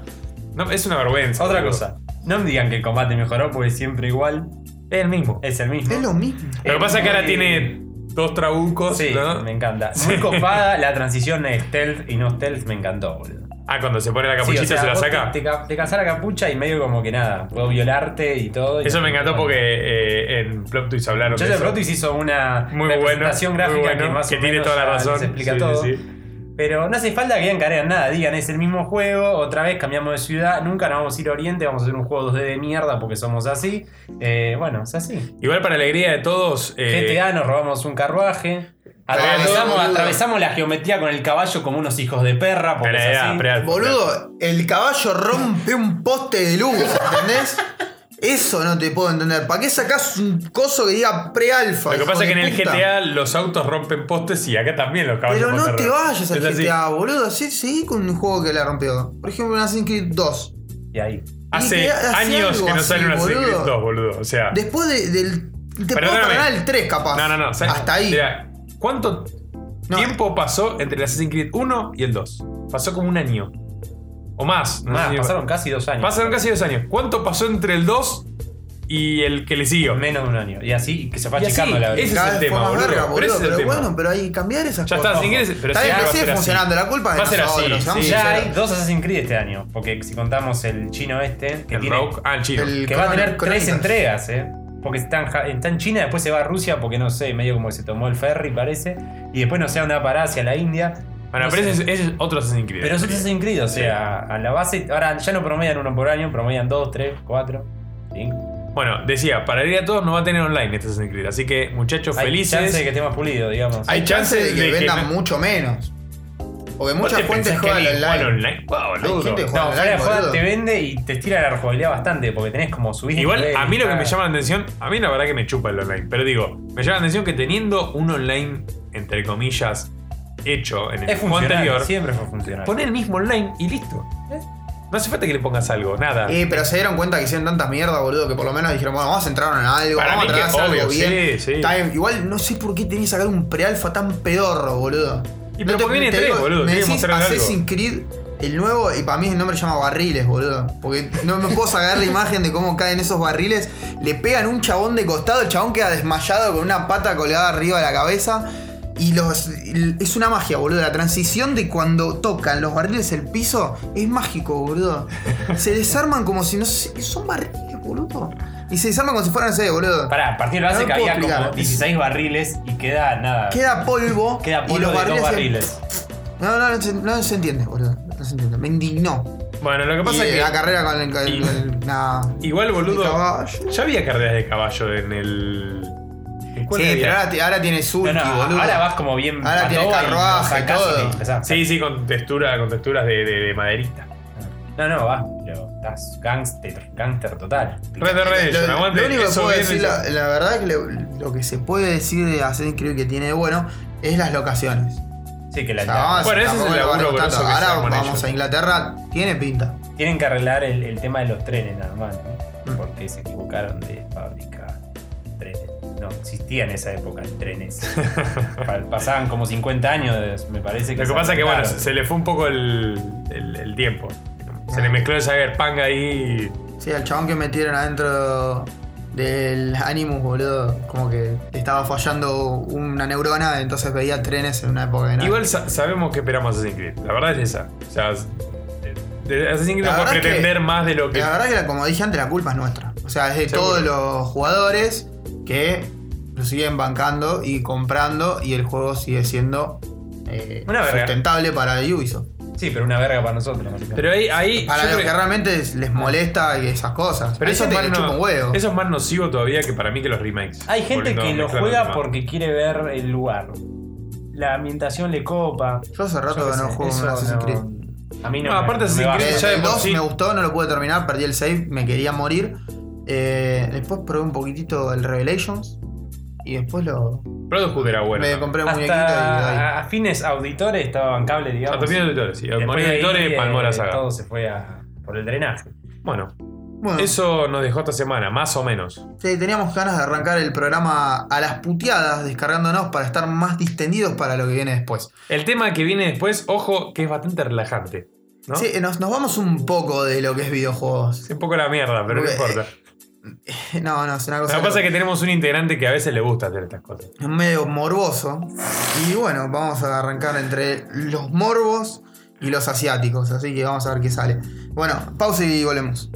S3: No, es una vergüenza.
S2: Otra
S3: boludo.
S2: cosa. No me digan que el combate mejoró porque es siempre igual.
S3: Es el mismo.
S2: Es el mismo.
S1: es lo mismo.
S3: Lo que pasa es que ahora
S2: muy-
S3: tiene dos trabucos.
S2: Sí,
S3: ¿no?
S2: me encanta. Muy copada la transición de stealth y no stealth, me encantó, boludo.
S3: Ah, cuando se pone la
S2: Sí,
S3: capuchita
S2: o sea,
S3: se la
S2: vos
S3: saca.
S2: Te, te ca- te cazás la capucha y medio como que nada, puedo violarte y todo. y-
S3: Eso me encantó porque eh, en Plop Twist hablaron de
S2: Joseph
S3: eso.
S2: Rotis hizo una
S3: Muy bueno,
S2: representación
S3: muy
S2: gráfica
S3: bueno,
S2: que más
S3: que
S2: o
S3: tiene
S2: menos
S3: toda la
S2: ya
S3: razón.
S2: nos explica
S3: Sí, sí,
S2: todo.
S3: sí.
S2: Pero no hace falta que encaren nada, digan es el mismo juego, otra vez cambiamos de ciudad, nunca nos vamos a ir a Oriente, vamos a hacer un juego 2D de mierda porque somos así. Eh, bueno, es así.
S3: Igual para alegría de todos. eh,
S2: GTA, ah, nos robamos un carruaje.
S1: Pero,
S2: Atravesamos,
S1: boludo.
S2: atravesamos la geometría con el caballo como unos hijos de perra. Porque
S3: espera,
S2: es
S3: espera,
S2: así.
S3: espera, espera.
S1: Boludo, el caballo rompe un poste de luz, ¿entendés? Eso no te puedo entender. ¿Para qué sacás un coso que diga pre-alfa?
S3: Lo que
S1: hijo
S3: pasa es
S1: de
S3: que en el
S1: puta?
S3: GTA los autos rompen postes y acá también los caballos.
S1: Pero no
S3: rompen
S1: te
S3: postes.
S1: vayas al
S3: Es así.
S1: GTA, boludo. Sí, seguí con un juego que la rompió. Por ejemplo, en Assassin's Creed 2.
S2: Y ahí.
S1: Y
S3: Hace
S1: que hace
S3: años
S1: algo
S3: que no
S1: así,
S3: sale una Assassin's Creed
S1: boludo.
S3: 2, boludo. O sea.
S1: Después de- del. Te puedo
S3: Ah. Perdóname.
S1: perdonar el 3, capaz.
S3: No, no, no. ¿sabes?
S1: Hasta ahí.
S3: Mira, ¿cuánto
S1: No.
S3: tiempo pasó entre el Assassin's Creed 1 y el 2? Pasó como un año. O más. no sé
S2: Más,
S3: si-
S2: pasaron casi dos años.
S3: pasaron casi dos años. ¿Cuánto pasó entre el 2 y el que le siguió?
S2: Menos de un año. Y así, y que se fue
S3: Y
S2: achicando
S3: así,
S2: la brecha.
S3: ese
S1: Cada
S3: es el
S1: vez fue
S3: tema,
S1: más
S3: boludo.
S1: verga,
S3: Pero
S1: boludo.
S3: ese es el
S1: Pero,
S3: tema.
S1: bueno, pero hay que cambiar esas
S3: Ya
S1: cosas.
S3: está, si quieres. Pero
S1: Está bien,
S3: siempre va a
S1: que sigue
S3: ser así.
S1: funcionando. La culpa es de
S3: Va a ser así,
S1: nosotros. seamos
S3: sí.
S2: Ya
S1: sinceros.
S2: hay dos Assassin's Creed este año, porque si contamos el chino este, que,
S3: El
S2: tiene,
S3: Rogue. Ah, el chino.
S1: El-
S2: que va a tener
S1: Chronicles.
S2: tres entregas, ¿eh? Porque está en, Ja- está en China, después se va a Rusia, porque no sé, medio como que se tomó el ferry, parece. Y después no sé a dónde va a parar, hacia la India.
S3: Bueno,
S2: No
S3: pero
S2: sé.
S3: ese es, ese es otro Assassin's Creed.
S2: Pero es un Assassin's Creed, o sea, a la base. Ahora ya no promedian uno por año, promedian dos, tres, cuatro, cinco.
S3: Bueno, decía, para ir a todos no va a tener online este Assassin's Creed. Así que, muchachos,
S2: Hay
S3: felices.
S2: chance de que esté más pulido, digamos.
S1: Hay chance de que vendan
S3: no-
S1: mucho menos. Porque
S3: ¿Vos
S1: muchas
S3: te
S1: fuentes
S3: pensás que
S1: juegan
S3: alguien
S1: online.
S3: juega al online? Juega, boludo.
S1: gente que juega.
S2: no, fuera de
S1: online,
S2: joda
S1: boludo.
S2: te vende y te estira la jugabilidad bastante, porque tenés como subir.
S3: Igual, a mí lo que
S2: Ah.
S3: me llama la atención, a mí la verdad que me chupa el online, pero digo, me llama la atención que teniendo un online, entre comillas, hecho en el
S2: Es
S3: juego
S2: funcional,
S3: anterior,
S2: siempre fue funcional.
S3: poner el mismo online y listo. No hace falta que le pongas algo, nada.
S1: Eh, pero se dieron cuenta que hicieron tantas mierdas, boludo, que por lo menos dijeron, bueno, vamos a centrarnos en algo,
S3: Para
S1: vamos a
S3: mí que
S1: tratar de hacer algo
S3: obvio,
S1: bien.
S3: sí, sí.
S1: Está bien. Igual no sé por qué tenés que sacar un prealfa tan pedorro, boludo.
S3: Y
S1: No
S3: pero porque viene
S1: te
S3: tres,
S1: digo,
S3: boludo,
S1: Me
S3: tiene que
S1: decís
S3: mostrar algo.
S1: Assassin's Creed, el nuevo, y para mí el nombre se llama Barriles, boludo. Porque no me puedo sacar la imagen de cómo caen esos barriles. Le pegan un chabón de costado, el chabón queda desmayado con una pata colgada arriba de la cabeza. Y los. y- Es una magia, boludo. La transición de cuando tocan los barriles el piso es mágico, boludo. Se desarman como si no. se- Son barriles, boludo. Y se desarman como si fueran, no sé, boludo.
S2: Pará, partiendo de la base
S1: No
S2: que
S1: puedo
S2: había como
S1: explicar.
S2: 16 barriles y queda nada.
S1: Queda polvo.
S2: Queda
S1: y
S2: polvo
S1: los
S2: de
S1: barriles.
S2: dos
S1: se-
S2: barriles.
S1: No, no, no, se- no se entiende, boludo. No se entiende. Me indignó.
S3: Bueno, lo que
S1: Y
S3: pasa es que.
S1: la carrera con el. Con el-
S3: y-
S1: con el- nah.
S3: Igual,
S1: Y
S3: boludo.
S1: caballo.
S3: Ya había carreras de caballo en el. ¿en cuál
S1: Sí,
S3: había?
S1: pero ahora, ti- ahora tiene
S2: No,
S1: Zulki,
S2: no,
S1: boludo.
S2: ahora vas como bien.
S1: Ahora
S2: patoa
S1: tiene
S2: y lo
S1: carruaje,
S2: sacás y
S1: todo.
S2: te empezás.
S3: Sí, sí, con textura, con texturas de, de- de maderita.
S2: No, no, vas, pero estás gangster, gangster total.
S3: Red Dead Redemption,
S1: lo,
S3: aguante.
S1: lo único que
S3: eso
S1: puedo
S3: viene-
S1: decir, la, la verdad, que le- lo que se puede decir de Assassin's Creed que tiene de bueno es las locaciones.
S2: Sí, que la
S1: O sea, vamos a-
S3: Bueno, ese es el
S1: tampoco le
S3: laburo
S1: barremos
S3: grosso
S1: tanto.
S3: que se
S1: Ahora
S3: arman
S1: vamos
S3: ellos.
S1: a Inglaterra, tiene pinta.
S2: Tienen que arreglar el, el tema de los trenes nada más,
S3: Mm.
S2: ¿no? Porque se equivocaron de fábrica trenes. No, existía en esa época trenes. Pa- Pasaban como 50 años, me parece que.
S3: Lo que
S2: se
S3: pasa es que, bueno,
S2: arreglaron.
S3: se se le fue un poco el, el- el tiempo. Se le
S1: Ah.
S3: mezcló el Cyberpunk ahí. y-
S1: Sí, al chabón que metieron adentro del Animus, boludo, como que le estaba fallando una neurona, entonces veía trenes en una época que no.
S3: Igual sa- sabemos que esperamos Assassin's Creed. La verdad es esa. O sea, s- de- Assassin's Creed
S1: La
S3: no
S1: verdad
S3: puede
S1: es que-
S3: pretender más de lo que.
S1: La verdad que, la- como dije antes, la culpa es nuestra. O sea, es de
S3: Seguro.
S1: todos los jugadores que lo siguen bancando y comprando y el juego sigue siendo eh,
S3: Una verga.
S1: sustentable para Ubisoft.
S2: Sí, pero una verga para nosotros. básicamente.
S3: Pero ahí. ahí
S1: Para
S3: yo
S1: los
S3: creo- Ah.
S1: que realmente es- les molesta y esas cosas.
S3: pero
S1: Hay
S3: eso, es
S1: gente
S3: más
S1: que le
S3: no-
S1: chupa un huevo.
S3: eso es más nocivo todavía que para mí que los remakes.
S2: Hay gente
S3: Volviendo
S2: que
S3: a
S2: lo
S3: mezclar el
S2: juega
S3: tema.
S2: porque quiere ver el lugar. La ambientación le copa.
S1: Yo hace rato
S2: Yo
S1: que
S2: qué
S1: no
S2: sé,
S1: juego un
S2: eso
S1: Assassin's
S2: no-
S1: Creed.
S2: A mí no.
S3: No,
S2: me-
S3: aparte
S2: no me
S3: Assassin's
S2: va.
S3: Creed
S1: Eh,
S3: ya de
S1: el
S3: por
S1: 2
S3: sí-
S1: me gustó, no lo pude terminar, perdí el save, me quería morir. Eh, después probé un poquitito el Revelations. Y después lo.
S3: Produjo era bueno.
S1: me
S3: también.
S1: compré un muñequito y. ahí.
S2: Hasta a fines auditores estaba bancable, digamos.
S3: Hasta fines Ah, de editores, sí.
S2: Después
S3: Morir
S2: de ahí,
S3: editores,
S2: eh,
S3: palmó la saga.
S2: Todo se fue a- por el drenaje.
S3: Bueno,
S1: Bueno,
S3: eso nos dejó esta semana, más o menos.
S1: sí, teníamos ganas de arrancar el programa a las puteadas, descargándonos para estar más distendidos para lo que viene después.
S3: El tema que viene después, ojo, que es bastante relajante. ¿no?
S1: Sí, eh, nos, nos vamos un poco de lo que es videojuegos.
S3: Es un poco la mierda, pero no
S1: Porque-
S3: importa.
S1: No, no, es una
S3: Lo
S1: cosa.
S3: que pasa es que tenemos un integrante que a veces le gusta hacer estas cosas.
S1: es medio morboso. Y bueno, vamos a arrancar entre los morbos y los asiáticos. Así que vamos a ver qué sale. Bueno, pausa y volvemos.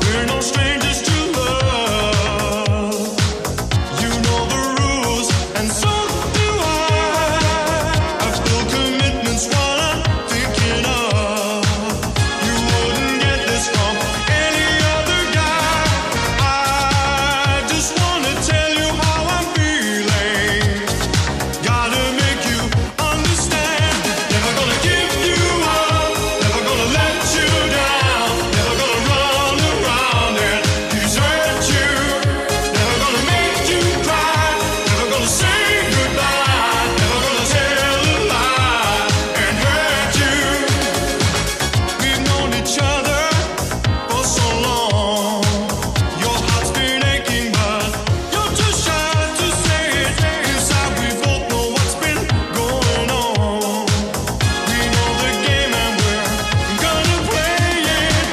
S5: We're no strangers to love. You know the rules, and so do I. I feel commitments while I'm thinking of. You wouldn't get this from any other guy. I just wanna tell you how I'm feeling. Gotta make you understand. Never gonna give you up. Never gonna let you down. Never gonna run around and desert you. Never gonna make you cry. Never gonna say goodbye. Never gonna tell a lie and hurt you. We've known each other for so long. Your heart's been aching, but you're too shy to say it. Inside, we both know what's been going on. We know the game, and we're gonna play it.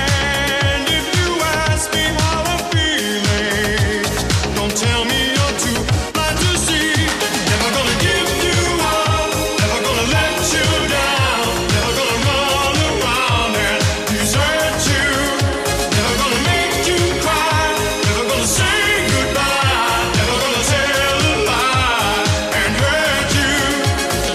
S5: And if you ask me how I'm feeling, don't tell me you're too blind to see. Never gonna give you up. Never gonna let you down. Never gonna run around and desert you. Never gonna make you cry. Never gonna say goodbye. Never gonna tell a lie and hurt you.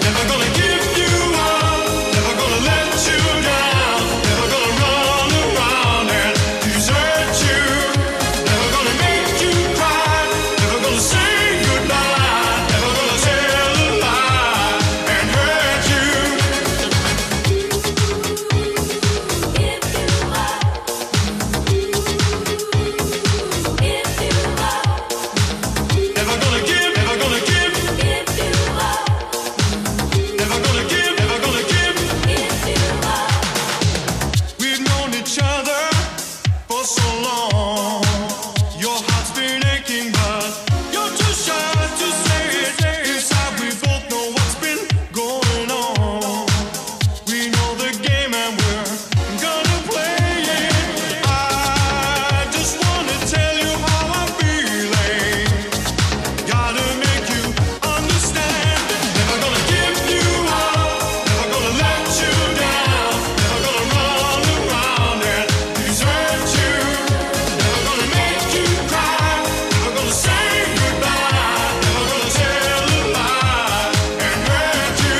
S5: Never gonna give you up. Never gonna let you down. Never gonna run around and desert you. Never gonna make you cry. Never gonna say goodbye. Never gonna tell a lie and hurt you. Never gonna give, never gonna give, never gonna give, never gonna give. We've known each other for so long. Your heart's been aching, but you're too shy to say it. Inside, we both know what's been going on. We know the game and we're gonna play it. I just wanna tell you how I'm feeling. Gotta make you understand. Never gonna give you up. Never gonna let you down. Never gonna run around and desert you. Never gonna make you cry. Never gonna say goodbye. Never gonna tell a lie and hurt you.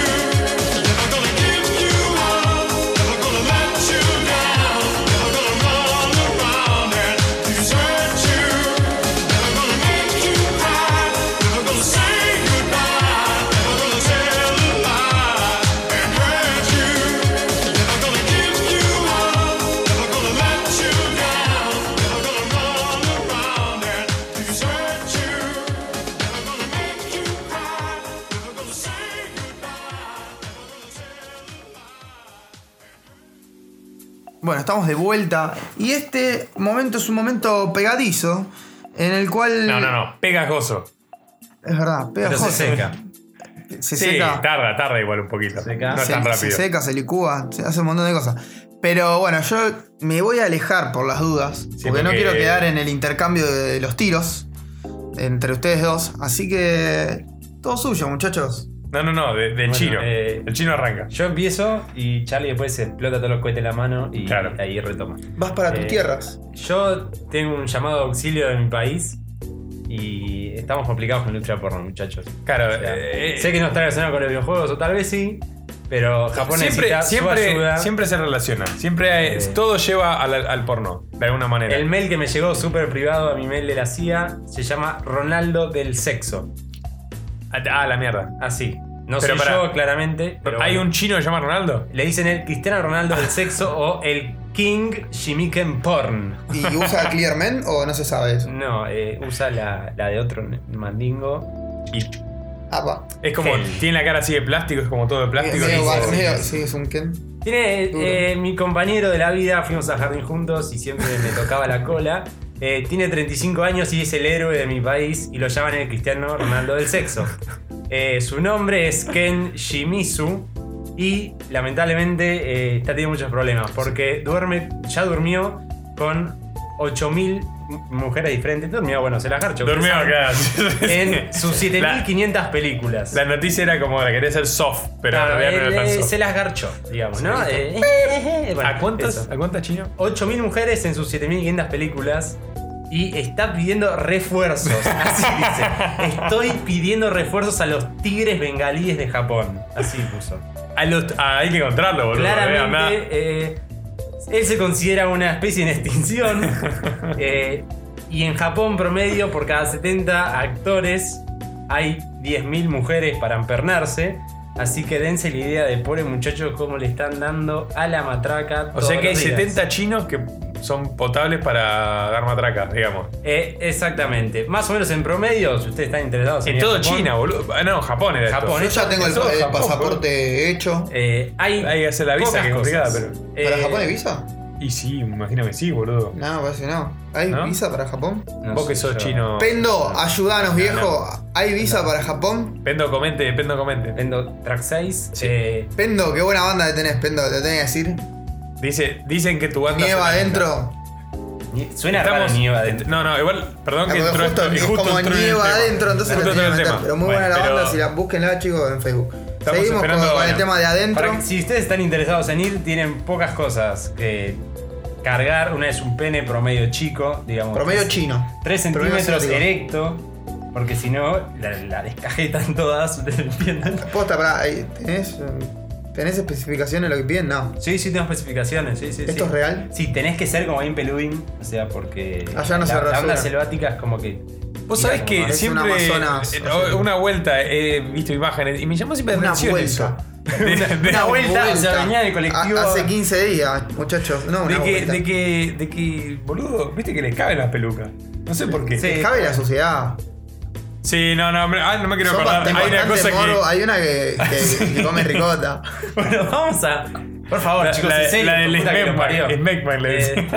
S5: Never gonna give you up. Never gonna let you down. Never gonna run around and desert you. Never gonna make you cry. Never gonna say goodbye. Never gonna tell a lie and hurt you. Never gonna give you up. Never gonna let you down. Never gonna run around and desert you. Never gonna make you cry. Never gonna say goodbye. Never gonna tell a lie.
S1: Bueno, estamos de vuelta. Y este momento es un momento pegadizo. En el cual.
S3: No, no, no, pegajoso.
S1: Es verdad,
S2: Pero
S1: pegajoso.
S2: se seca.
S1: Se
S3: sí,
S1: seca.
S3: tarda, tarda igual un poquito.
S2: seca.
S3: No es
S1: se,
S3: tan
S1: se
S3: rápido.
S1: seca, se licúa, se hace un montón de cosas. Pero bueno, yo me voy a alejar por las dudas, porque, no
S3: porque-
S1: quiero quedar en el intercambio de los tiros entre ustedes dos. Así que todo suyo, muchachos.
S3: No, no, no, de- del chino.
S2: eh,
S3: El chino arranca.
S2: Yo empiezo y Charlie después se explota todos los cohetes en la mano y
S3: Claro.
S2: ahí retoma.
S1: Vas para tus
S2: Eh,
S1: tierras.
S2: Yo tengo un llamado de auxilio de mi país y estamos complicados con la industria porno, muchachos.
S3: Claro,
S2: O sea,
S3: eh,
S2: sé que no está relacionado con los videojuegos, o tal vez sí, Pero Japón
S3: Siempre,
S2: necesita su ayuda.
S3: siempre, siempre se relaciona. Siempre hay-
S2: Eh.
S3: todo lleva al, al porno, de alguna manera.
S2: El mail que me llegó súper privado a mi mail de la CIA se llama Ronaldo del Sexo.
S3: ah, la mierda.
S2: Así. No
S3: Pero
S2: soy
S3: pará.
S2: yo, claramente. Pero
S3: ¿Hay
S2: bueno.
S3: un chino que se llama Ronaldo?
S2: Le dicen el Cristiano Ronaldo del Sexo o el King Shimiken Porn.
S1: ¿Y usa Clear Men o no se sabe eso?
S2: No, eh, usa la, la de otro mandingo.
S3: Y
S1: Ah, pa.
S3: es como,
S2: Gel.
S3: tiene la cara así de plástico, es como todo de plástico.
S1: Medio
S3: Sí,
S1: bar-
S3: sí, sí.
S1: medio- sí, es un Ken.
S2: Tiene
S1: Duro.
S2: eh, mi compañero de la vida, fuimos a jardín juntos y siempre me tocaba la cola. Eh, tiene 35 años y es el héroe de mi país y lo llaman el Cristiano Ronaldo del Sexo. Eh, su nombre es Ken Shimizu y lamentablemente eh, está teniendo muchos problemas porque duerme, ya durmió con 8.000 mu- mujeres diferentes. Durmió, bueno, se la garcho.
S3: Durmió acá.
S2: En sus 7.500 películas.
S3: La noticia era como la quería hacer soft, pero
S2: Claro,
S3: en realidad no
S2: él,
S3: era tan
S2: eh,
S3: soft. Ah,
S2: se las garchó, digamos, ¿no? Eh, bueno,
S3: ¿A cuántas?
S2: eso.
S3: ¿A cuántas chino?
S2: 8.000 mujeres en sus 7.500 películas y está pidiendo refuerzos. Así dice. Estoy pidiendo refuerzos a los tigres bengalíes de Japón. Así puso.
S3: A los- ah, hay que encontrarlo, boludo. vean, nada.
S2: Claramente, eh, él se considera una especie en extinción. eh, y en Japón, promedio, por cada 70 actores hay 10.000 mujeres para empernarse. Así que dense la idea de pobre muchacho cómo le están dando a la matraca.
S3: O sea
S2: todos
S3: que hay
S2: los días.
S3: 70 chinos que son potables para dar matraca, digamos.
S2: Eh, exactamente. Más o menos en promedio, si ustedes están interesados. en
S3: En
S2: ir a
S3: todo
S2: Japón,
S3: China, boludo. Ah, No, Japón era esto.
S2: Japón.
S1: Yo ya tengo el,
S3: Eso es
S1: el
S3: Japón,
S1: pasaporte hecho.
S2: eh, hay,
S3: Hay que hacer la visa,
S2: pocas
S3: que es complicada,
S2: cosas.
S3: pero-
S2: Eh,
S1: ¿Para Japón hay visa?
S3: Y sí, me imagino que sí, boludo.
S1: No, parece que no. ¿Hay
S3: ¿No?
S1: visa para Japón?
S2: no
S3: Vos
S2: sé
S3: que sos
S2: yo.
S3: chino.
S1: Pendo, ayudanos, viejo. ¿Hay visa para Japón?
S3: Pendo comente, Pendo comente.
S2: Vendo Track 6.
S3: Sí.
S2: eh,
S1: Pendo, qué buena banda que tenés, Pendo, te tenés que decir.
S3: Dice, dicen que tu banda.
S1: Nieva
S3: suena-
S1: adentro.
S2: ni- suena
S3: Estamos.
S2: raro nieva adentro.
S3: No, no, igual, perdón que
S1: Ah, porque
S3: entró
S1: justo,
S3: y
S1: es como
S3: entró en el
S1: nieva
S3: tema.
S1: adentro, entonces
S3: Justo
S1: lo tenía
S3: entró
S1: que meter.
S3: en el tema.
S1: Pero muy
S3: Bueno,
S1: buena la
S3: pero-
S1: banda, si la búsquenla, chicos, en Facebook.
S3: Estamos
S1: Seguimos con,
S3: esperando,
S1: con el
S3: bueno.
S1: tema de adentro.
S2: Para que- si ustedes están interesados en ir, tienen pocas cosas que cargar. Una es un pene promedio chico, digamos.
S1: Promedio
S2: tres-
S1: chino.
S2: 3
S1: Promedio
S2: centímetros
S1: asiático.
S2: erecto. Porque si no, la, la descajetan todas, ¿entienden?
S1: Posta, pará, ahí, ¿tenés, eh, ¿tenés especificaciones de lo que piden? No.
S2: Sí, sí, tengo especificaciones, sí, sí.
S1: ¿Esto
S2: sí.
S1: es real?
S2: Sí, tenés que ser como bien peludín, o sea, porque.
S1: Allá no
S2: la,
S1: se
S2: la onda
S1: rasura.
S2: selvática es como que.
S3: Vos
S2: Mira,
S3: sabés
S2: como
S3: que
S2: parece
S3: siempre.
S1: un Amazonas,
S3: eh,
S1: o sea.
S3: una vuelta, he visto imágenes y me llamó siempre la
S1: Una
S3: atención
S1: vuelta.
S3: eso. De- de-
S2: Una vuelta, o sea, venía del colectivo.
S1: Ha- hace 15 días, muchachos. No, una
S3: De que,
S1: vuelta.
S3: de que, de que, boludo, viste que les caben las pelucas. No sé por qué.
S2: Sí.
S3: Sí,
S1: Les cabe la sociedad.
S3: no, no, me- ah, no me quiero
S1: Son
S3: acordar.
S1: bastante-
S3: Hay una
S1: bastante
S3: cosa
S1: moro,
S3: que.
S1: Hay una que, que- que come ricota.
S2: Bueno, vamos a. Por favor,
S3: La-
S2: chicos,
S3: la-
S2: en serio.
S3: la del
S2: puta que lo
S3: Smegma,
S2: parió.
S3: Smegma le
S2: Eh,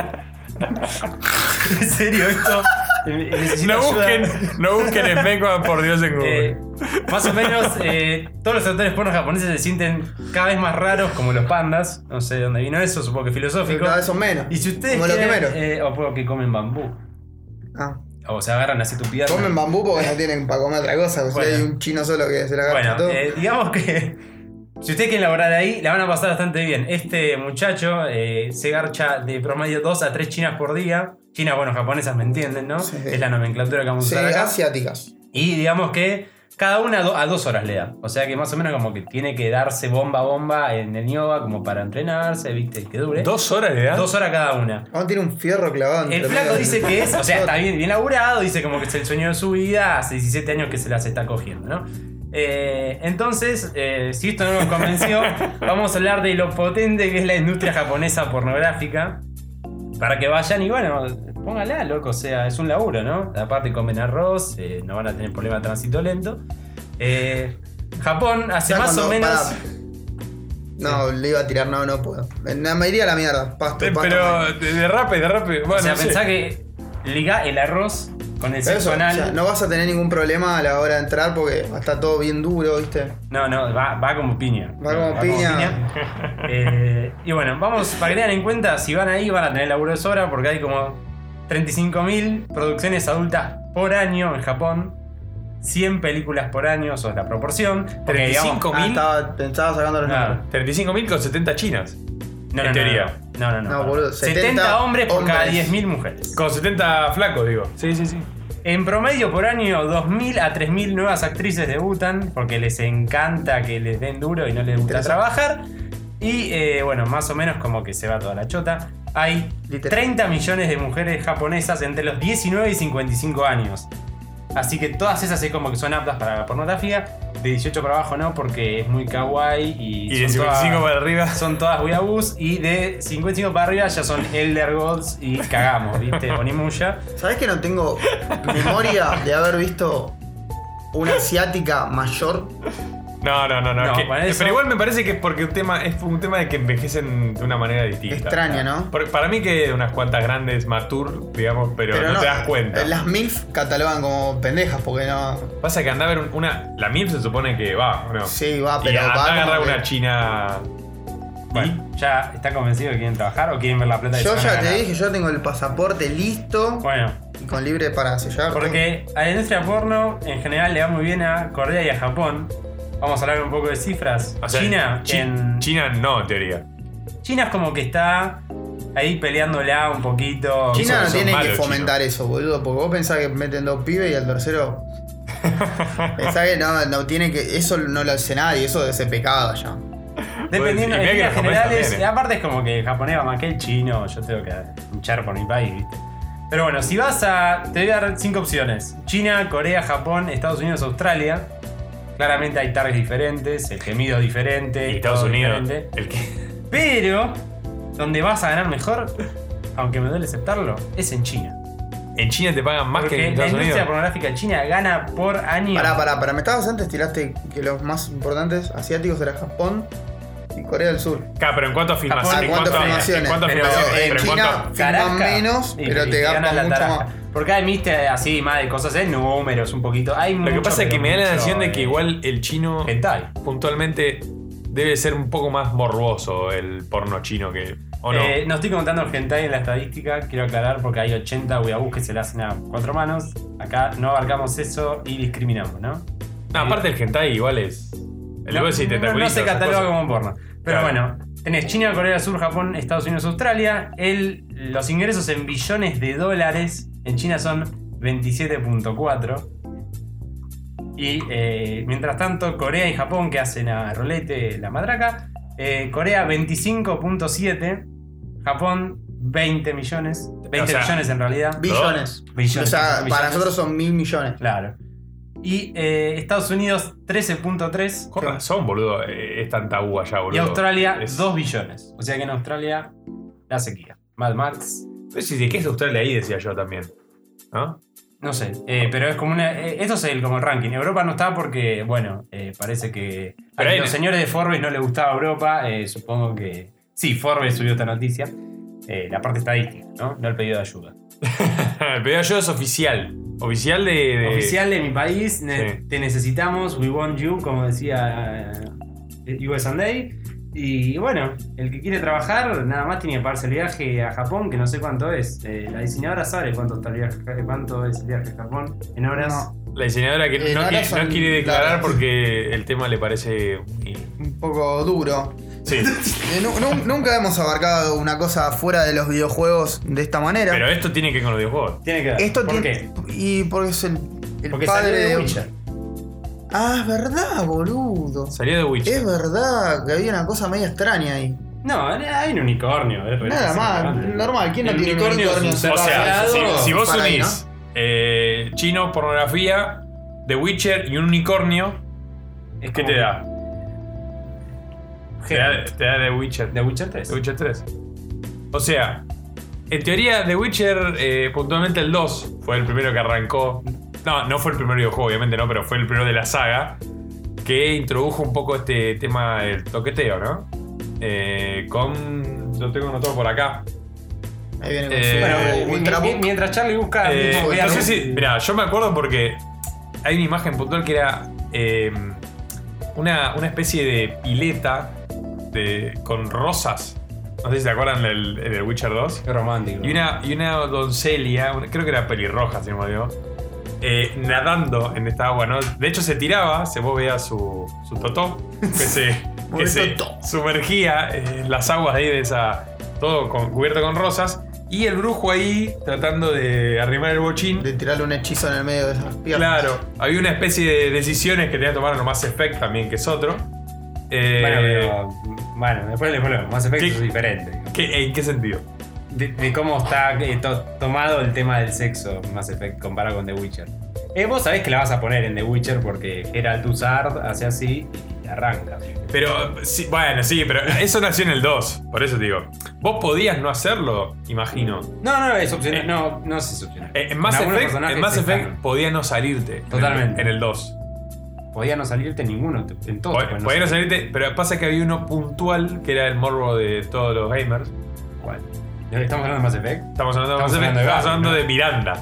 S2: En serio, esto. eh, necesito
S3: No
S2: ayuda.
S3: busquen, no busquen Smegma, por Dios, en Google.
S2: Eh, más o menos, eh, todos los actores porno japoneses se sienten cada vez más raros, como los pandas. No sé de dónde vino eso, supongo que filosófico.
S1: Cada vez son menos.
S2: Y si ustedes.
S1: Como lo
S2: quieren,
S1: primero.
S2: eh, o puedo que comen bambú.
S1: Ah.
S2: O se agarran así tu pierna.
S1: Comen bambú porque no tienen para comer otra cosa. O sea,
S2: Bueno.
S1: hay un chino solo que se la gasta
S2: Bueno,
S1: todo.
S2: eh, digamos que si ustedes quieren laborar ahí, la van a pasar bastante bien. Este muchacho eh, se garcha de promedio 2 a 3 chinas por día. Chinas, bueno, japonesas me entienden, ¿no?
S1: Sí.
S2: Es la nomenclatura que vamos a
S1: Sí,
S2: usar acá.
S1: asiáticas.
S2: Y digamos que cada una a do- a dos horas le da. O sea que más o menos como que tiene que darse bomba a bomba en el yoga como para entrenarse, ¿viste? Que dure.
S3: ¿Dos horas le dan?
S2: ¿eh? Dos horas cada una.
S1: Aún tiene un fierro clavado. entre
S2: El flaco
S1: medio.
S2: dice que es, o sea, está bien, bien laburado, dice como que es el sueño de su vida, hace 17 años que se las está cogiendo, ¿no? Eh, entonces, eh, si esto no nos convenció, vamos a hablar de lo potente que es la industria japonesa pornográfica. Para que vayan y bueno, póngala, loco, o sea, es un laburo, ¿no? Aparte comen arroz, eh, no van a tener problema de tránsito lento. Eh, Japón hace
S1: Ya
S2: más
S1: cuando-
S2: o menos...
S1: pará. No, le iba a tirar, no, no puedo. Me, me iría a la mierda. Pasto,
S3: Eh,
S1: pasto.
S3: Pero de- derrape, derrape. Bueno,
S2: o sea,
S3: no sé.
S2: pensá que liga el arroz con el
S1: Pero eso,
S2: sexo anal.
S1: o sea, no vas a tener ningún problema a la hora de entrar porque está todo bien duro, ¿viste?
S2: No, no, va, va como piña.
S1: Va como piña.
S2: Eh, y bueno, vamos, para que tengan en cuenta, si van ahí van a tener laburo de sobra porque hay como 35.000 producciones adultas por año en Japón. 100 películas por año, eso es la proporción. Porque, digamos, Ah,
S3: 35.000.
S1: Ah, estaba, estaba sacando los
S2: Claro.
S1: números.
S3: 35.000 con 70 chinas.
S2: No,
S3: En
S2: no, no,
S3: teoría.
S2: No, no, no.
S1: No,
S2: no.
S1: boludo,
S2: 70,
S1: 70
S2: hombres por cada
S1: hombres.
S2: 10.000 mujeres.
S3: Con 70 flacos, digo.
S2: Sí, sí, sí. En promedio por año 2.000 a 3.000 nuevas actrices debutan porque les encanta que les den duro y no les gusta
S1: Interesante.
S2: trabajar. Y eh, bueno, más o menos como que se va toda la chota. Hay
S1: Literal.
S2: 30 millones de mujeres japonesas entre los 19 y 55 años. Así que todas esas es como que son aptas para la pornografía. De 18 para abajo no porque es muy kawaii y...
S3: Y de
S2: son todas-
S3: 55 para arriba.
S2: son todas weabús y de 55 para arriba ya son Elder Gods y cagamos, ¿viste? Onimusha.
S1: ¿Sabés que no tengo memoria de haber visto una asiática mayor?
S3: No, no, no, no.
S2: No,
S3: que-
S2: para eso-
S3: Pero igual me parece que es porque un tema, es un tema de que envejecen de una manera distinta.
S1: Extraña, ¿no?
S3: Por- para mí que unas cuantas grandes matur, digamos, pero, no, te das cuenta.
S1: Las MILF catalogan como pendejas porque no.
S3: Pasa que anda a ver un- una. La MILF se supone que va, ¿o ¿no?
S1: Sí, va, Ah, pero
S3: y anda
S1: va
S3: a agarrar
S1: como
S3: una
S1: que-
S3: china.
S2: Bueno, ¿ya está convencido que quieren trabajar o quieren ver la plata que
S1: Yo
S2: se van a
S1: ya te
S2: ganar?
S1: dije, yo tengo el pasaporte listo
S2: Bueno,
S1: y con libre para sellar.
S2: porque a la industria porno en general le va muy bien a Corea y a Japón. Vamos a hablar un poco de cifras.
S3: O sea,
S2: China,
S3: chi-
S2: en-
S3: China no, en teoría.
S2: China es como que está ahí peleándola un poquito.
S1: China no
S3: son
S1: tiene que
S3: malos,
S1: fomentar eso, boludo, porque vos pensás que meten dos pibes y al tercero. pensás que no, no tiene que. Eso no lo hace nadie, eso es pecado ya.
S2: Dependiendo
S3: Y mirá
S2: de
S3: que
S2: líneas
S3: los japoneses
S2: generales,
S3: también, eh.
S2: aparte es como que el japonés va más que el chino, yo tengo que luchar por mi país, ¿viste? Pero bueno, si vas a. Te voy a dar cinco opciones: China, Corea, Japón, Estados Unidos, Australia. Claramente hay targets diferentes, el gemido es diferente.
S3: Y Estados
S2: todo
S3: Unidos.
S2: diferente.
S3: El que.
S2: Pero, donde vas a ganar mejor, aunque me duele aceptarlo, es en China.
S3: En China te pagan más
S2: Porque
S3: que en
S2: la
S3: Estados
S2: industria
S3: Unidos.
S2: pornográfica china gana por año.
S1: Pará, pará, pará. Me estabas antes, tiraste que los más importantes asiáticos eran Japón y Corea del Sur.
S3: Claro, pero en cuanto a filmación.
S1: Ah,
S3: en
S1: cuánto
S3: cuanto a-
S1: filmaciones.
S3: En cuanto a
S2: Pero
S3: filmación.
S2: en
S3: pero en cuanto a-
S1: China- Filman menos, pero te
S2: ganan
S1: gastan mucho más.
S2: Porque hay miste así más de cosas, es números un poquito. Hay
S3: Lo que pasa es que me da la sensación de que igual
S2: eh.
S3: el chino
S2: Hentai.
S3: puntualmente debe ser un poco más morboso el porno chino que. ¿O no?
S2: Eh, no estoy contando el hentai en la estadística, quiero aclarar porque hay 80 weabús que se le hacen a cuatro manos. Acá no abarcamos eso y discriminamos, ¿no?
S3: No, aparte el hentai igual es. El
S2: no,
S3: beso y
S2: no- no
S3: tentaculito,
S2: se
S3: esas
S2: cataloga
S3: cosas.
S2: como porno. Pero
S3: Claro.
S2: bueno, tenés China, Corea del Sur, Japón, Estados Unidos, Australia. El, los ingresos en billones de dólares en China son 27.4. Y eh, mientras tanto, Corea y Japón, que hacen a rolete la matraca. eh, Corea 25.7. Japón 20 millones. 20
S3: sea,
S2: millones en realidad.
S1: Billones.
S2: Billones,
S1: o sea,
S2: billones.
S1: para nosotros son mil millones.
S2: Claro. Y eh, Estados Unidos 13.3.
S3: Con razón, boludo. eh, Es tan tabú allá, boludo.
S2: Y Australia,
S3: Es-
S2: 2 billones. O sea que en Australia, la sequía. Mad Max,
S3: Pero sí, ¿de qué es Australia ahí? Decía yo también. ¿No?
S2: no sé. Eh, pero es como una. eh, esto es el, como el ranking. Europa no está porque, bueno, eh, parece que. A
S3: Pero hay-
S2: los señores de Forbes no les gustaba Europa. eh, supongo que. Sí, Forbes subió esta noticia. Eh, la parte estadística, ¿no? No el pedido de ayuda.
S3: El pedido de ayuda es oficial. Oficial de. de-
S2: Oficial de mi país, ne-
S3: Sí.
S2: te necesitamos, we want you, como decía eh, US and Day. Y bueno, el que quiere trabajar, nada más tiene que pagarse el viaje a Japón, que no sé cuánto es. Eh, la diseñadora sabe cuánto, está el viaje- eh, cuánto es el viaje a Japón en horas.
S1: No,
S3: La diseñadora que
S1: Eh,
S3: no,
S1: no,
S3: quiere,
S1: no son-
S3: no quiere declarar
S1: claro.
S3: porque el tema le parece. muy-
S1: un poco duro.
S3: Sí.
S1: Eh, nu- nu- nunca hemos abarcado una cosa fuera de los videojuegos de esta manera.
S3: Pero esto tiene que ver con los videojuegos.
S2: Tiene que ver.
S1: Esto
S2: ¿Por
S1: tiene. Y porque es el,
S2: qué?
S1: el
S2: Porque
S1: padre
S2: salió de
S1: de.
S2: Witcher.
S1: Ah, es verdad, boludo.
S3: Salió de Witcher.
S1: Es verdad que había una cosa media extraña ahí.
S2: No, eh, hay un unicornio. eh, pero
S1: Nada
S2: es
S1: más,
S2: grande.
S1: normal. ¿Quién no
S2: El
S1: tiene un
S2: unicornio es un
S1: unicornio?
S2: ser
S3: O sea,
S2: Parado.
S3: si, si vos
S1: Para ahí,
S3: unís eh, chino, pornografía, The Witcher y un unicornio,
S2: Es
S3: ¿qué
S2: como
S3: te
S2: que-
S3: da? Te da, te da The Witcher.
S2: ¿De Witcher 3?
S3: The Witcher 3. O sea, en teoría, The Witcher, eh, puntualmente el 2, fue el primero que arrancó. No, no fue el primer videojuego, obviamente no, pero fue el primero de la saga que introdujo un poco este tema del toqueteo, ¿no? Eh, con. Lo tengo anotado por acá.
S1: ¿no? Ahí viene con
S3: Eh,
S2: Bueno,
S1: su
S2: mi- mi-
S1: ultrabook.
S2: mientras Charlie busca.
S3: Eh,
S2: voy a-
S3: no sé si. Mirá, yo me acuerdo porque hay una imagen puntual que era eh, una, una especie de pileta de, con rosas. No sé si se acuerdan del, del Witcher 2.
S2: Qué romántico.
S3: Y una, y una doncelia, una- creo que era pelirroja, si no me olvido, eh, nadando en esta agua, ¿no? De hecho, se tiraba, se vos veías su, su totó, que se,
S1: Momento
S3: que se
S1: todo.
S3: sumergía en las aguas de ahí de esa. Todo con- cubierto con rosas. Y el brujo ahí tratando de arrimar el bochín.
S1: De tirarle un hechizo en el medio de las piernas.
S3: Claro, había una especie de decisiones que tenía que tomar nomás Effect también, que es otro. Eh,
S2: Bueno, pero. Bueno, después le volvemos. Más efectos es
S3: ¿Qué?
S2: diferente. digamos.
S3: ¿qué- ¿En qué sentido?
S2: De, de cómo está eh, to- tomado el tema del sexo, Más Effect, comparado con The Witcher. Eh, vos sabés que la vas a poner en The Witcher porque Geralt Dussard hace así y arranca.
S3: Pero, sí, bueno, sí, pero eso nació en el 2, por eso te digo. Vos podías no hacerlo, imagino.
S2: No, no, es opcional.
S3: Eh,
S2: no, no sé si es opcional.
S3: Eh, En Mass
S2: algunos
S3: Effect,
S2: personajes
S3: en Mass
S2: es
S3: Effect
S2: canon.
S3: podía no salirte. en el-
S2: Totalmente.
S3: En el 2.
S2: Podía no salirte ninguno, te- en pues todo.
S3: Podía no salirte, pero pasa que había uno puntual que era el morbo de todos los gamers.
S2: ¿Cuál? ¿Estamos hablando de Mass Effect?
S3: Estamos hablando de
S2: Estamos
S3: Mass Effect,
S2: hablando de
S3: estamos hablando
S2: Barbie,
S3: de Miranda.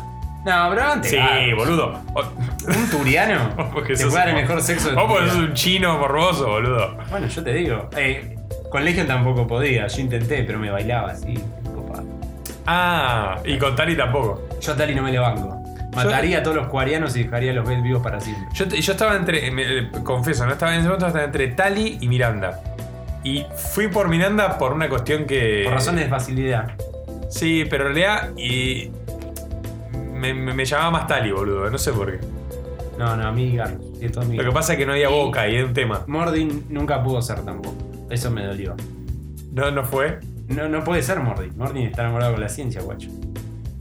S2: No, pero antes.
S3: Sí,
S2: ah,
S3: boludo. O-
S2: Un turiano.
S3: porque
S2: te
S3: sos
S2: puede dar el
S3: un-
S2: mejor sexo de tu
S3: Vos porque
S2: vida.
S3: sos un chino morboso, boludo.
S2: Bueno, yo te digo. Eh, con Legion tampoco podía. Yo intenté, pero me bailaba así. copado.
S3: Ah, y con Tali tampoco.
S2: Yo a Tali no me le banco. Mataría a todos los cuarianos y dejaría a los Bell vivos para siempre.
S3: Yo, yo estaba entre, me- eh, confieso, no estaba en ese momento, estaba entre Tali y Miranda. Y fui por Miranda por una cuestión que...
S2: Por razones de facilidad.
S3: Sí, pero en realidad y me, me- me llamaba más Tali, boludo, no sé por qué.
S2: No, no, a mí Garrus. Y a todo mi-
S3: Lo que pasa es que no había
S2: Y-
S3: boca y era un tema.
S2: Mordin nunca pudo ser tampoco. Eso me dolió.
S3: No, no fue.
S2: No, no puede ser Mordin. Mordin está enamorado con la ciencia, guacho.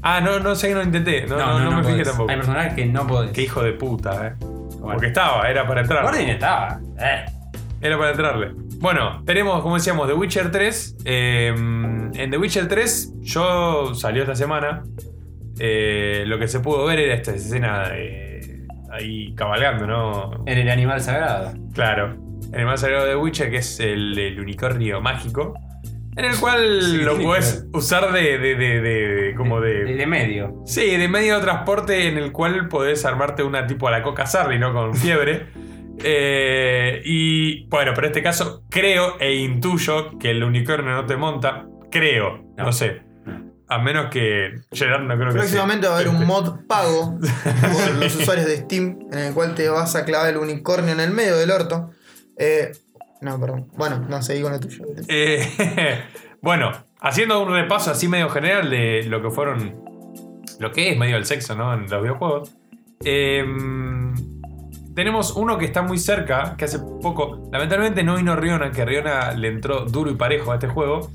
S3: Ah, no, no sé que no intenté. No, no, no me fijé
S2: podés.
S3: tampoco.
S2: Hay personajes que no podés.
S3: Qué hijo de puta, eh.
S2: Bueno.
S3: Porque estaba, era para entrar.
S2: Mordin estaba. Eh.
S3: Era para entrarle. Bueno, tenemos, como decíamos, The Witcher 3. Eh, en The Witcher 3, yo salió esta semana. Eh, lo que se pudo ver era esta escena de- ahí cabalgando, ¿no?
S2: En el animal sagrado.
S3: Claro. En el más sagrado de The Witcher, que es el, el unicornio mágico. En el cual
S2: Sí,
S3: lo
S2: sí,
S3: puedes usar de, de- de- de- de- como
S2: De,
S3: de.
S2: de medio.
S3: Sí, de medio de transporte en el cual podés armarte una tipo a la coca Sarri, ¿no? Con fiebre. Eh, y bueno, pero en este caso creo e intuyo que el unicornio no te monta. Creo, no,
S2: No.
S3: sé.
S2: No.
S3: A menos que Gerard no creo que
S1: Próximamente
S3: sí.
S1: va a haber un
S3: Este,
S1: mod pago por los usuarios de Steam en el cual te vas a clavar el unicornio en el medio del orto. Eh, no, perdón. Bueno, no, seguí con lo tuyo.
S3: Eh, bueno, haciendo un repaso así medio general de lo que fueron. Lo que es medio el sexo, ¿no? En los videojuegos. Em, tenemos uno que está muy cerca, que hace poco. Lamentablemente no vino Riona, que Riona le entró duro y parejo a este juego.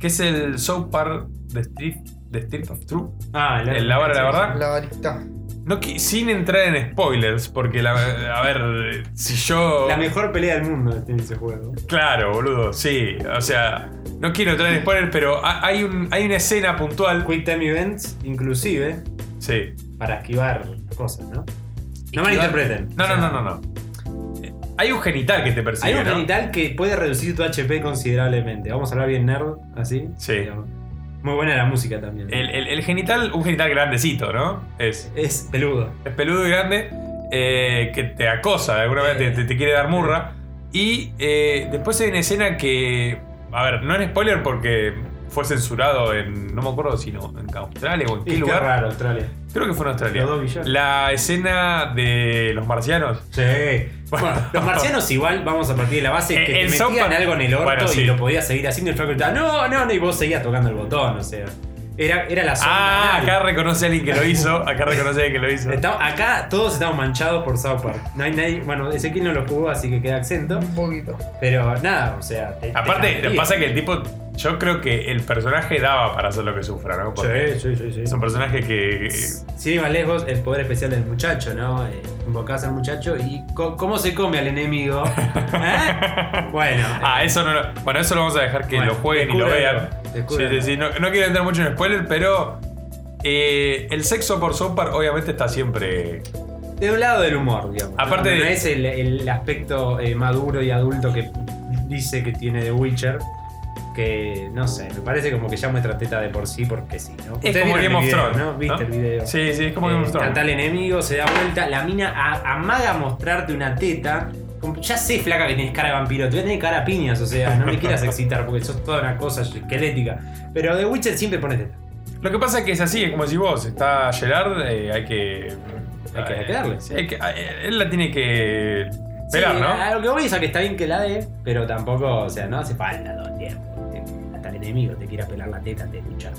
S3: Que es el South Park de Strip, de Strip of True.
S2: Ah,
S3: El la vara de la verdad.
S1: La varita.
S3: No, qui- sin entrar en spoilers, porque la, a ver, si yo.
S2: La mejor pelea del mundo tiene ese juego.
S3: Claro, boludo, sí. O sea, no quiero traer spoilers, pero ha- hay, un, hay una escena puntual.
S2: Quick Time Events, inclusive,
S3: Sí.
S2: para esquivar cosas, ¿no? No malinterpreten.
S3: No, no, no, no, no. Eh, Hay un genital que te persigue,
S2: Hay un
S3: ¿no?
S2: genital que puede reducir tu HP considerablemente. Vamos a hablar bien nerd, así.
S3: Sí.
S2: Digamos. Muy buena la música también.
S3: El, el- el genital, un genital grandecito, ¿no? Es,
S2: Es peludo.
S3: es peludo y grande, eh, que te acosa, de alguna vez te, te- te quiere dar murra. Y eh, después hay una escena que. A ver, no es spoiler porque fue censurado en. No me acuerdo si no, en Australia o en qué
S2: Y
S3: lugar.
S2: raro, Australia.
S3: Creo que fue en Australia.
S2: Los dos villanos.
S3: La escena de los marcianos.
S2: Sí. Bueno, los marcianos igual, vamos a partir de la base,
S3: Eh,
S2: que te
S3: el South
S2: metían
S3: Park-
S2: algo en el orto
S3: Bueno, sí.
S2: y lo podías seguir haciendo y el flaco gritaba, no, no, no, y vos seguías tocando el botón, o sea. Era, era la zona.
S3: Ah,
S2: anal.
S3: acá reconoce a alguien que lo hizo. Acá reconoce a alguien que lo hizo.
S2: Está- acá todos estamos manchados por South Park. No hay nadie. Bueno, Ezequiel no lo jugó, así que queda exento.
S1: Un poquito.
S2: Pero nada, o sea. te- te
S3: Aparte,
S2: castiga.
S3: pasa que el tipo. Yo creo que el personaje daba para hacer lo que sufra, ¿no? Porque
S2: Sí, sí, sí. sí.
S3: es un personaje que.
S2: Sin ir más lejos, el poder especial del muchacho, ¿no? Eh, invocás al muchacho y co- ¿cómo se come al enemigo? ¿Eh? Bueno.
S3: Ah, eso no lo. Bueno, eso lo vamos a dejar que
S2: Bueno,
S3: lo jueguen y lo
S2: descúbrelo,
S3: vean. Sí,
S2: descúbrelo.
S3: sí, sí. No, no quiero entrar mucho en spoiler, pero. eh, el sexo por Sopar obviamente está siempre.
S2: De un lado del humor, digamos.
S3: Aparte
S2: no,
S3: de-
S2: no es el, el aspecto eh, maduro y adulto que dice que tiene The Witcher. Que no sé, me parece como que ya muestra teta de por sí porque sí, ¿no?
S3: Es
S2: Ustedes
S3: como
S2: vieron el
S3: Game of
S2: video,
S3: Thrones.
S2: ¿no? ¿Viste el video?
S3: Sí, sí, es como Game
S2: Eh,
S3: of Thrones.
S2: Trata al enemigo, se da vuelta. La mina a- amaga mostrarte una teta. Como, Ya sé, flaca, que tenés cara de vampiro. Te voy a tener cara a piñas, o sea, no me quieras excitar porque sos toda una cosa esquelética. Pero The Witcher siempre pone teta.
S3: Lo que pasa es que es así, es como si vos, está Gerard, eh, hay que.
S2: Hay que
S3: eh,
S2: hackearle.
S3: sí, hay que- eh, él la tiene que Pelar,
S2: sí,
S3: ¿no?
S2: A lo que voy es a que está bien que la dé, pero tampoco, o sea, no hace falta todo el tiempo. Hasta el enemigo te quiera pelar la teta, te lucha.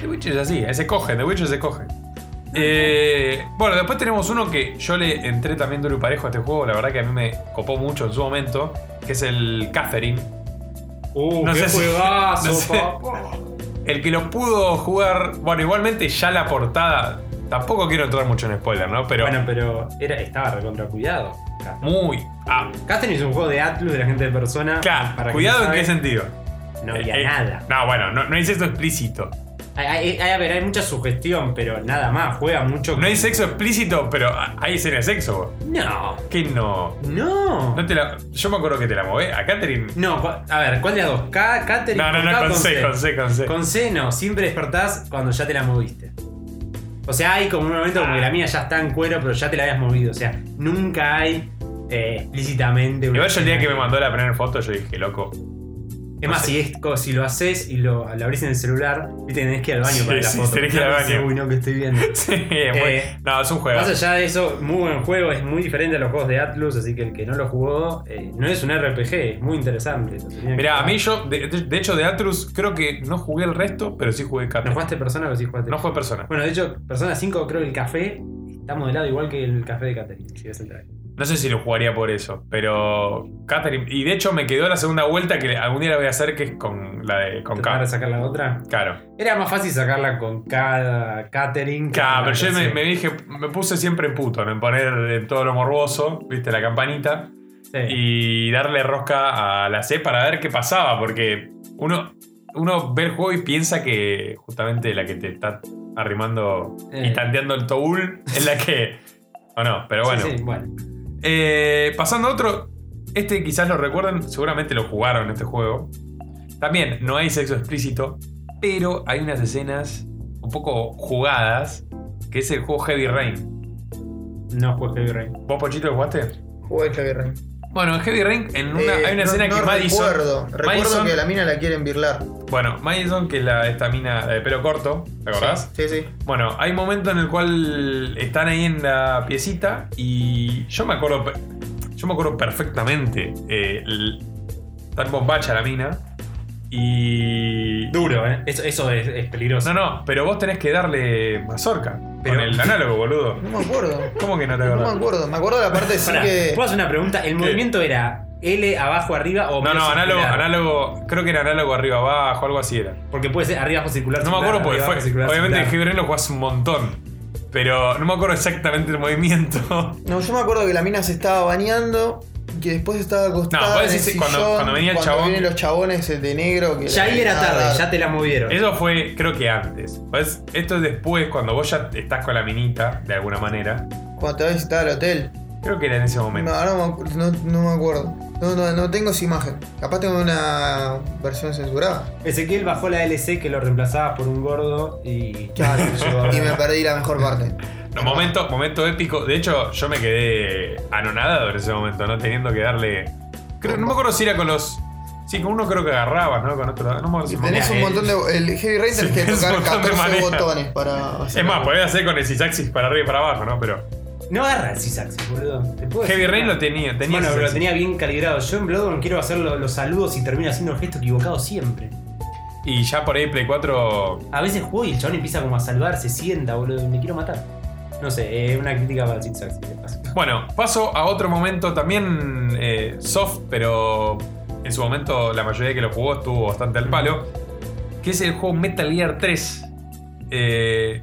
S3: The Witch es así, eh, se coge, The Witch se coge.
S2: Ah,
S3: Eh, bueno, después tenemos uno que yo le entré también duro y parejo a este juego, la verdad que a mí me copó mucho en su momento, que es el Catherine.
S2: Uh,
S3: No
S2: qué
S3: sé si-
S2: juegazo,
S3: no sé.
S2: papá.
S3: El que lo pudo jugar, bueno, igualmente ya la portada, tampoco quiero entrar mucho en spoiler, ¿no? Pero
S2: Bueno, pero era, estaba recontra cuidado.
S3: muy... Ah,
S2: Casten es un juego de Atlus de la gente de persona.
S3: claro,
S2: para
S3: cuidado
S2: quien
S3: en
S2: no
S3: qué
S2: sabe,
S3: sentido.
S2: No había
S3: Eh, eh,
S2: nada.
S3: No, bueno, no, no hay sexo explícito.
S2: Hay, hay- hay- a ver, hay mucha sugestión, pero nada más. Juega mucho.
S3: No hay sexo explícito, pero ah, hay escena de sexo. vos.
S2: No.
S3: ¿Qué no?
S2: No.
S3: No te la- Yo me acuerdo que te la mové a Catherine.
S2: No, cu- a ver, ¿cuál de las dos? Ca- Catherine.
S3: No, no,
S2: con
S3: no,
S2: K o
S3: con C, con C, con C.
S2: Con C no, siempre despertás cuando ya te la moviste. O sea, hay como un momento como que
S3: Ah.
S2: la mía ya está en cuero, pero ya te la habías movido. O sea, nunca hay eh, explícitamente. una
S3: Igual yo el día que me
S2: escena.
S3: mandó la primera foto, yo dije, loco.
S2: Es más, si, es co- si lo haces y lo, lo abrís en el celular, viste, tenés que ir al baño
S3: Sí,
S2: para la
S3: sí,
S2: foto.
S3: tenés que ir al
S2: Ya me dice,
S3: baño.
S2: Uy, no, que estoy viendo.
S3: Sí, es muy-
S2: Eh,
S3: no, es un juego.
S2: Más allá de eso, muy buen juego, es muy diferente a los juegos de Atlus, así que el que no lo jugó, eh, no es un RPG, es muy interesante. Lo tenía que
S3: Mirá, a
S2: jugar.
S3: mí yo, de, de- de hecho, de Atrus, creo que no jugué el resto, pero sí jugué
S2: ¿No
S3: Catherine.
S2: jugaste Persona o sí jugaste?
S3: No jugué persona.
S2: Bueno, de hecho, Persona 5 creo que el café está modelado igual que el café de Catherine, si ves el trailer.
S3: No sé si lo jugaría por eso, pero Catherine. Y de hecho, me quedó la segunda vuelta que algún día la voy a hacer, que es con la de. con
S2: Tratar de
S3: K.
S2: sacar la otra.
S3: Claro.
S2: Era más fácil sacarla con cada Catherine. que
S3: Claro,
S2: con
S3: pero
S2: la
S3: yo me,
S2: tercera.
S3: me dije, me puse siempre en puto, ¿no? en poner en todo lo morboso, viste, la campanita.
S2: Sí.
S3: y darle rosca a la C para ver qué pasaba, porque uno, uno ve el juego y piensa que justamente la que te está arrimando
S2: Eh.
S3: y tanteando el toul es la que... o no, pero
S2: Sí,
S3: bueno.
S2: sí, bueno.
S3: Eh, pasando a otro, este quizás lo recuerden, seguramente lo jugaron este juego. También no hay sexo explícito, pero hay unas escenas un poco jugadas, que es el juego Heavy Rain.
S2: No jugué Heavy Rain.
S3: ¿Vos, Pochito, lo jugaste?
S1: Jugué Heavy Rain.
S3: Bueno, en Heavy Rain en una,
S1: Eh,
S3: hay una
S1: no-
S3: escena
S1: no
S3: que Madison...
S1: Recuerdo, recuerdo
S3: Madison-
S1: que la mina la quieren birlar.
S3: Bueno, Madison, que es la, esta mina de pelo corto, ¿te acordás?
S1: Sí, sí.
S3: Bueno, hay momento en el cual están ahí en la piecita y yo me acuerdo, pe- yo me acuerdo perfectamente. eh, el- Está en bombacha la mina y...
S2: Duro, ¿eh? Eso, eso es, es peligroso.
S3: No, no, pero vos tenés que darle mazorca
S2: Pero-
S3: con el análogo, boludo.
S1: No me acuerdo.
S3: ¿Cómo que no te
S1: No me
S3: acordás?
S1: acuerdo. Me acuerdo de la parte sí
S2: Pará,
S1: que.
S2: ¿puedo hacer una pregunta? ¿El movimiento era L abajo, arriba o
S3: No,
S2: medio
S3: no,
S2: circular?
S3: análogo, análogo, creo que era análogo arriba abajo, algo así era.
S2: Porque puede ser arriba, abajo, circular.
S3: No me
S2: circular,
S3: acuerdo porque
S2: arriba,
S3: fue.
S2: abajo, circular,
S3: obviamente en
S2: circular.
S3: Heavy Rain lo jugás un montón. Pero no me acuerdo exactamente el movimiento. No,
S1: No, yo me acuerdo que la mina se estaba bañando. Que después estaba acostada.
S3: No, vos
S1: en el
S3: decís cuando-
S1: sillón,
S3: cuando venía el chabón.
S1: vienen los chabones eh, de negro. Que
S2: Ya
S1: la-
S2: ahí era tarde,
S1: nada.
S2: ya te la movieron.
S3: Eso fue, creo que antes. Pues, esto es después, cuando vos ya estás con la minita, de alguna manera.
S1: Cuando te vas a visitar al hotel.
S3: Creo que era en ese momento.
S1: No, ahora me acu- no, no me acuerdo. No, no, no tengo esa imagen. Capaz tengo una versión censurada.
S2: Ezequiel bajó la LC que lo reemplazaba por un gordo y.
S1: y me perdí la mejor parte.
S3: No, momento, momento épico. De hecho, yo me quedé anonadado en ese momento, ¿no? Teniendo que darle. creo- no me acuerdo si era con los. Sí, con uno creo que agarrabas, ¿no? Con otro lado. No me acuerdo si
S1: Y
S3: me
S1: tenés un
S3: acuerdo.
S1: montón de. El Heavy Rain
S3: Sí,
S1: tenés que
S3: tenés un
S1: tocar
S3: montón de
S1: 14
S3: maneras.
S1: botones para hacer.
S3: Es más,
S1: algo.
S3: podés hacer con el sisaxis para arriba y para abajo, ¿no? Pero.
S2: No agarra el Sysax, boludo. ¿Te puedo
S3: Heavy
S2: decir?
S3: Rain lo tenía. tenía
S2: bueno, pero lo
S3: Sysaxis.
S2: tenía bien calibrado. Yo en Bloodborne quiero hacer lo- los saludos y termino haciendo el gesto equivocado siempre.
S3: Y ya por ahí Play 4
S2: A veces juego y el chabón empieza como a saludar, se sienta, boludo, y me quiero matar. No sé, es una crítica para el Sysax, si te pasa.
S3: Bueno, paso a otro momento también eh, soft, pero en su momento la mayoría que lo jugó estuvo bastante al palo. Que es el juego Metal Gear 3. Eh,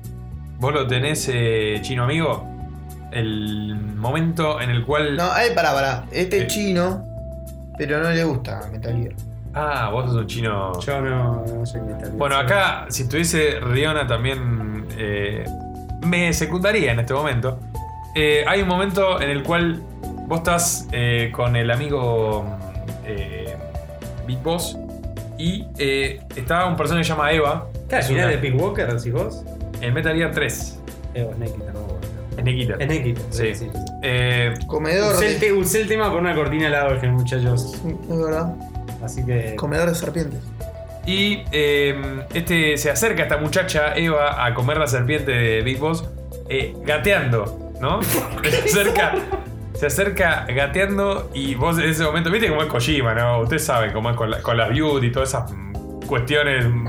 S3: Vos lo tenés, eh, chino amigo. El momento en el cual.
S1: No, ay, pará, pará. Este
S3: Sí.
S1: chino, pero no le gusta Metal Gear.
S3: Ah, vos sos un chino.
S2: Yo no, no soy metal.
S3: Bueno, acá, si estuviese Riona también eh, me secundaría en este momento. Eh, hay un momento en el cual vos estás eh, con el amigo eh, Big Boss y eh, está un personaje que se llama Eva
S2: ¿Qué al final de Pig Walker decís vos?
S3: en Metal Gear 3,
S2: Eh, o Snake Eater, no.
S3: en Nikita.
S2: Es Snake Eater,
S3: Sí.
S2: sí.
S3: Eh,
S1: Comedor.
S2: Usé, el
S1: de-
S2: te- usé el tema por una cortina al lado, muchachos.
S1: Es verdad.
S2: Así que.
S1: Comedor de serpientes.
S3: Y eh, este se acerca a esta muchacha, Eva, a comer la serpiente de Big Boss, eh, gateando, ¿no? se acerca. se acerca gateando y vos en ese momento, viste cómo es Kojima, ¿no? Ustedes saben cómo es con, la- con las beauty y todas esas mm, cuestiones mm,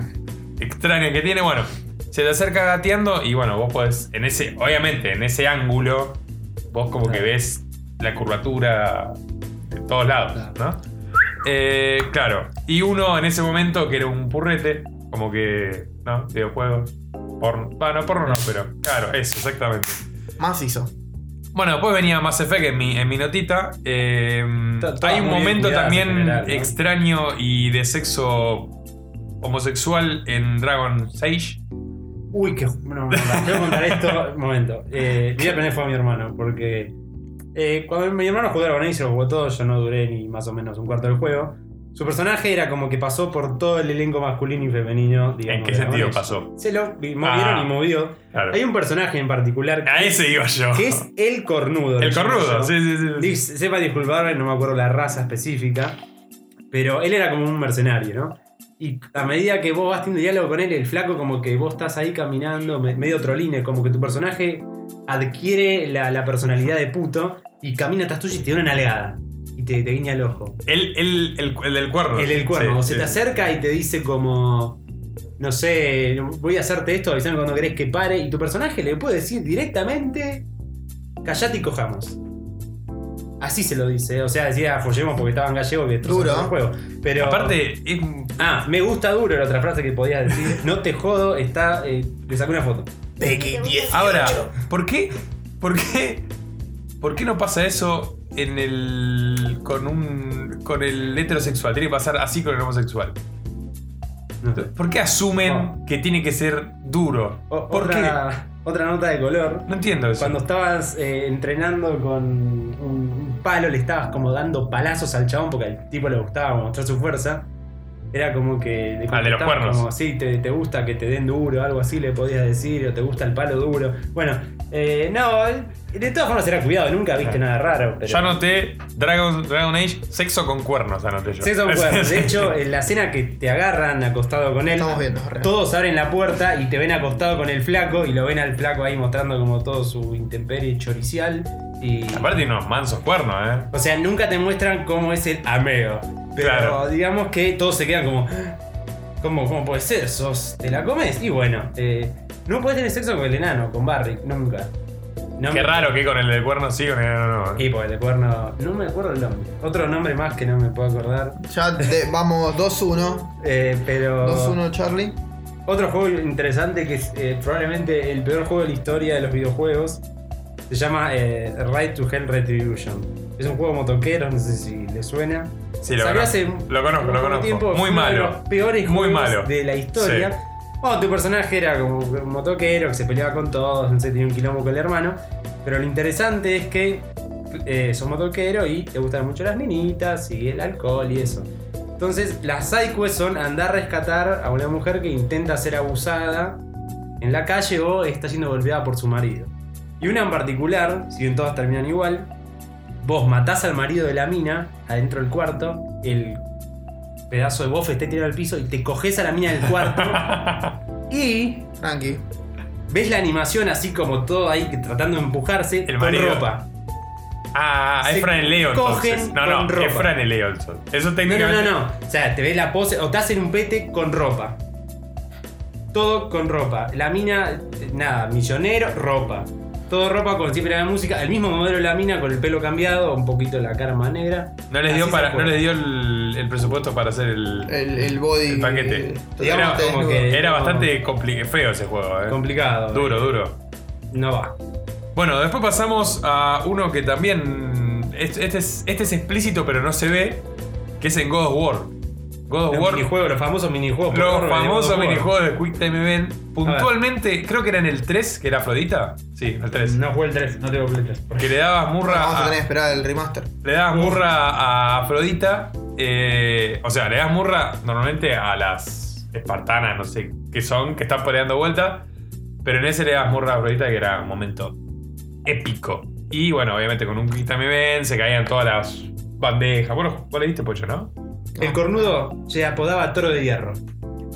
S3: extrañas que tiene. Bueno, se te acerca gateando y bueno, vos podés, en ese, obviamente, en ese ángulo, vos como que ves la curvatura de todos lados, ¿no? Eh, claro, y uno en ese momento que era un purrete, como que, ¿no? Videojuegos, porno. Bueno, porno no, pero claro, eso, exactamente.
S1: Más hizo.
S3: Bueno, después venía Mass Effect en mi, en mi notita. Eh,
S2: Está- está
S3: hay un
S2: muy bien
S3: momento
S2: cuidadas en
S3: también
S2: general, ¿no?
S3: extraño y de sexo homosexual en Dragon Sage.
S2: Uy, que. No, no, no, Quiero contar esto. Un momento. Eh, voy a poner fue a mi hermano, porque. eh, cuando mi hermano jugó Dragon Age, se lo jugó todo, yo no duré ni más o menos un cuarto del juego. Su personaje era como que pasó por todo el elenco masculino y femenino, digamos.
S3: ¿En qué
S2: de Dragon
S3: sentido
S2: Age.
S3: pasó?
S2: Se lo vi- movieron
S3: Ah.
S2: y movió.
S3: Claro.
S2: Hay un personaje en particular
S3: A
S2: que,
S3: ese iba yo.
S2: que es el cornudo.
S3: El
S2: le llamo
S3: cornudo,
S2: yo.
S3: sí, sí, sí. sí.
S2: Dis- Sepa disculparme, no me acuerdo la raza específica, pero él era como un mercenario, ¿no? Y a medida que vos vas teniendo diálogo con él, el flaco como que vos estás ahí caminando, me- medio troline, como que tu personaje adquiere la, la personalidad de puto y camina atrás tuyo y te da una nalgada y te, te guiña el ojo.
S3: El, el, el, el del cuerno.
S2: El del cuerno,
S3: Sí,
S2: o se
S3: sí.
S2: te acerca y te dice como... No sé, voy a hacerte esto, avisame cuando querés que pare. Y tu personaje le puede decir directamente: Callate y cojamos. Así se lo dice. O sea, decía follemos porque estaban gallegos que
S1: Duro.
S2: destrozaron el juego. Pero.
S3: Aparte, es-
S2: Ah, me gusta duro era otra frase que podías decir. No te jodo, está. eh, le saqué una foto.
S3: ahora, ¿por qué? ¿Por qué? ¿Por qué no pasa eso en el. con un. con el heterosexual? Tiene que pasar así con el homosexual.
S2: No sé.
S3: ¿Por qué asumen
S2: Oh.
S3: que tiene que ser duro?
S2: O-
S3: ¿Por qué?
S2: otra, otra nota de color.
S3: No entiendo eso.
S2: Cuando estabas eh, entrenando con un, un palo, le estabas como dando palazos al chabón porque al tipo le gustaba mostrar su fuerza. Era como que.
S3: Ah, de
S2: Le
S3: los
S2: contestabas
S3: cuernos.
S2: Como, sí, te, te gusta que te den duro, algo así le podías decir, o te gusta el palo duro. Bueno, eh, no, eh, de todas formas era cuidado, nunca viste nada raro. pero-
S3: Yo anoté Dragon, Dragon Age, sexo con cuernos, anoté yo.
S2: Sí, son cuernos. De hecho, en la escena que te agarran acostado con él,
S1: Estamos viendo, re.
S2: todos abren la puerta y te ven acostado con el flaco y lo ven al flaco ahí mostrando como todo su intemperie choricial. Y...
S3: Aparte tiene unos mansos cuernos, ¿eh?
S2: O sea, nunca te muestran cómo es el ameo. Pero
S3: Claro.
S2: digamos que todos se quedan como. ¿Cómo, cómo puede ser? ¿Sos, ¿Te la comes? Y bueno, eh, no puedes tener sexo con el enano, con Barry, nunca. No
S3: Qué
S2: me-
S3: raro que con el de cuernos sí, con el no, no.
S2: Y por el cuerno. No me acuerdo el nombre. Otro nombre más que no me puedo acordar.
S1: Ya te- vamos 2-1.
S2: eh, pero.
S1: 2-1 Charlie.
S2: Otro juego interesante que es eh, probablemente el peor juego de la historia de los videojuegos. Se llama eh, Ride to Hell Retribution. Es un juego motoquero, no sé si le suena.
S3: Sí, lo
S2: Salió
S3: conozco.
S2: hace
S3: Lo conozco, lo
S2: poco
S3: conozco. Muy
S2: fue uno de
S3: malo.
S2: los peores
S3: Muy
S2: juegos
S3: malo.
S2: de la historia.
S3: Sí.
S2: Bueno, tu personaje era como un motoquero que se peleaba con todos, no sé, tenía un quilombo con el hermano. Pero lo interesante es que eh, sos motoquero y te gustan mucho las minitas y el alcohol y eso. Entonces, las sidequests son andar a rescatar a una mujer que intenta ser abusada en la calle o está siendo golpeada por su marido. Y una en particular, si bien todas terminan igual, vos matás al marido de la mina adentro del cuarto, el pedazo de bofe está tirado al piso y te coges a la mina del cuarto y
S1: Tranqui.
S2: ves la animación así como todo ahí que- tratando de empujarse
S3: El
S2: con
S3: marido.
S2: ropa.
S3: Ah,
S2: Se
S3: es Fran el Leo
S2: cogen
S3: entonces. No, no,
S2: con ropa.
S3: es Fran el Leo entonces. Eso
S2: No, no, no,
S3: técnicamente...
S2: no. O sea, te ves la pose o te hacen un pete con ropa. Todo con ropa. La mina, eh, nada, millonero, ropa. Todo ropa con siempre la música. El mismo modelo de la mina con el pelo cambiado, un poquito la cara más negra.
S3: No les
S2: Así
S3: dio,
S2: se
S3: para,
S2: juega.
S3: no les dio el, el presupuesto para hacer el...
S1: El, el body. eh,
S3: El paquete. Era
S1: Totalmente
S2: como
S1: desnudo.
S2: que-
S3: Era
S2: no.
S3: bastante compli- feo ese juego, ¿eh?
S2: Complicado.
S3: Duro, duro.
S2: No va.
S3: Bueno, después pasamos a uno que también. es- Este es, este es explícito, pero no se ve. Que es en God of War. God of
S2: Los
S3: War.
S2: minijuegos, los famosos minijuegos. por
S3: Los
S2: favor,
S3: famosos
S2: War.
S3: minijuegos de Quick Time Event. Puntualmente, creo que era en el 3, que era Afrodita. Sí, el 3.
S2: No jugué el 3, no tengo Play 3.
S3: Que le dabas murra.
S1: Vamos a
S3: a-
S1: tener que esperar el remaster.
S3: le dabas murra a Afrodita. eh, o sea, le das murra normalmente a las espartanas, no sé qué son, que están peleando vuelta. Pero en ese le das murra a Afrodita, que era un momento épico. Y bueno, obviamente con un clic también ven, se caían todas las bandejas. Vos, lo- vos le diste pocho, ¿no?
S2: El cornudo se apodaba Toro de Hierro.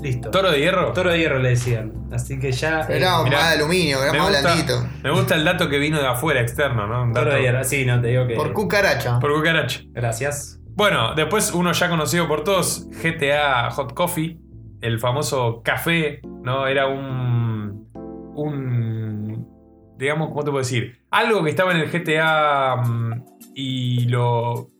S2: Listo.
S3: ¿Toro de hierro?
S2: Toro de hierro le decían. Así que ya. eh,
S1: Era
S3: mirá,
S1: más de aluminio, era
S3: me,
S1: más
S3: gusta,
S1: blandito.
S3: me gusta el dato que vino de afuera, externo, ¿no? Un
S2: Toro
S3: dato-
S2: de hierro. Sí, no, te digo que.
S1: Por cucaracha.
S3: Por cucaracha.
S2: Gracias.
S3: Bueno, después uno ya conocido por todos, GTA Hot Coffee, el famoso café, ¿no? Era un. un. digamos, ¿cómo te puedo decir? Algo que estaba en el GTA mm, y lo.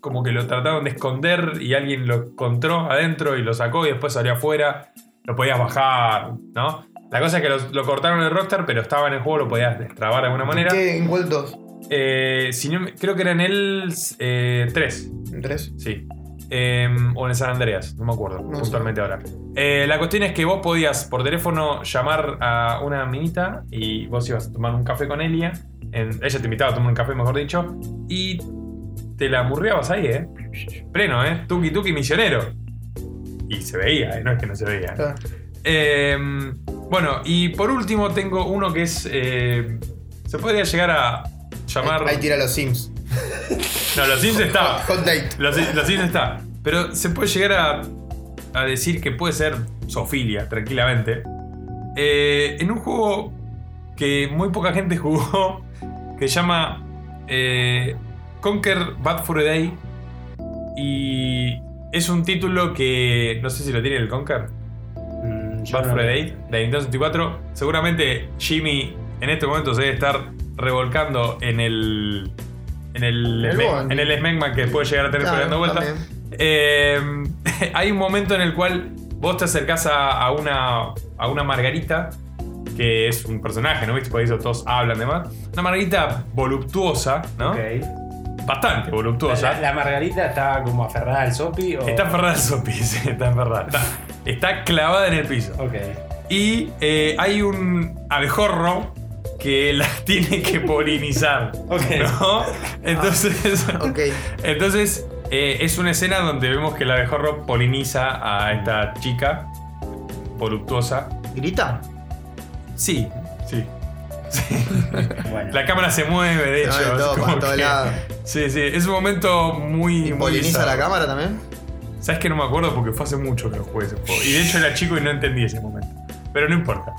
S3: como que lo trataron de esconder y alguien lo encontró adentro y lo sacó y después salió afuera. Lo podías bajar, ¿no? La cosa es que lo, lo cortaron el roster, pero estaba en el juego, lo podías destrabar de alguna manera.
S1: ¿Qué? ¿En cuál dos?
S3: Eh, si no me- creo que era en el eh, 3.
S1: ¿En tres?
S3: Sí. Eh, o en el San Andreas, no me acuerdo
S1: No sé.
S3: puntualmente ahora. Eh, la cuestión es que vos podías por teléfono llamar a una minita y vos ibas a tomar un café con ella. en- ella te invitaba a tomar un café, mejor dicho. Y te la murreabas ahí, ¿eh? Pleno, ¿eh? Tuki tuki misionero. Y se veía, ¿eh? No es que no se veía.
S1: Claro.
S3: Eh, bueno, y por último tengo uno que es... eh, se podría llegar a llamar...
S1: Ahí, ahí tira los Sims.
S3: No, los Sims estaba.
S1: Hot date.
S3: Los, los Sims está. Pero se puede llegar a, a decir que puede ser Sofilia, tranquilamente. Eh, en un juego que muy poca gente jugó, que se llama eh, Conquer Bad for a Day. Y es un título que no sé si lo tiene el Conquer.
S2: Mm, yo
S3: Bad
S2: no-
S3: for a Day de Nintendo 64. Seguramente Jimmy en este momento se debe estar revolcando en el. En el,
S1: El
S3: esme-
S1: Bondi.
S3: en el Smegma que puede llegar a tener por ahí dando
S1: Claro,
S3: vueltas.
S1: también.
S3: Eh, hay un momento en el cual vos te acercás a, a una, a una Margarita, que es un personaje, ¿no viste? Por eso todos hablan de más. Una Margarita voluptuosa, ¿no?
S2: Ok.
S3: Bastante voluptuosa.
S2: La, la Margarita está como aferrada al sopi o.
S3: Está ferrada al sopi, sí, está ferrada. Está, está clavada en el piso.
S2: Ok.
S3: Y eh, hay un abejorro que las tiene que polinizar.
S2: Ok.
S3: ¿No? Entonces.
S1: Ah. Ok.
S3: Entonces, eh, es una escena donde vemos que el abejorro poliniza a esta chica voluptuosa.
S1: ¿Grita?
S3: Sí, sí.
S2: Bueno.
S3: La cámara se mueve,
S1: Se
S3: de hecho.
S1: mueve todo
S3: es como
S1: para todo
S3: que-
S1: lado.
S3: Sí, sí. Es un momento muy.
S1: ¿Y
S3: muy
S1: poliniza
S3: bizarro.
S1: la cámara también?
S3: Sabes que no me acuerdo porque fue hace mucho que lo jugué ese juego. Y de hecho era chico y no entendí ese momento. Pero no importa.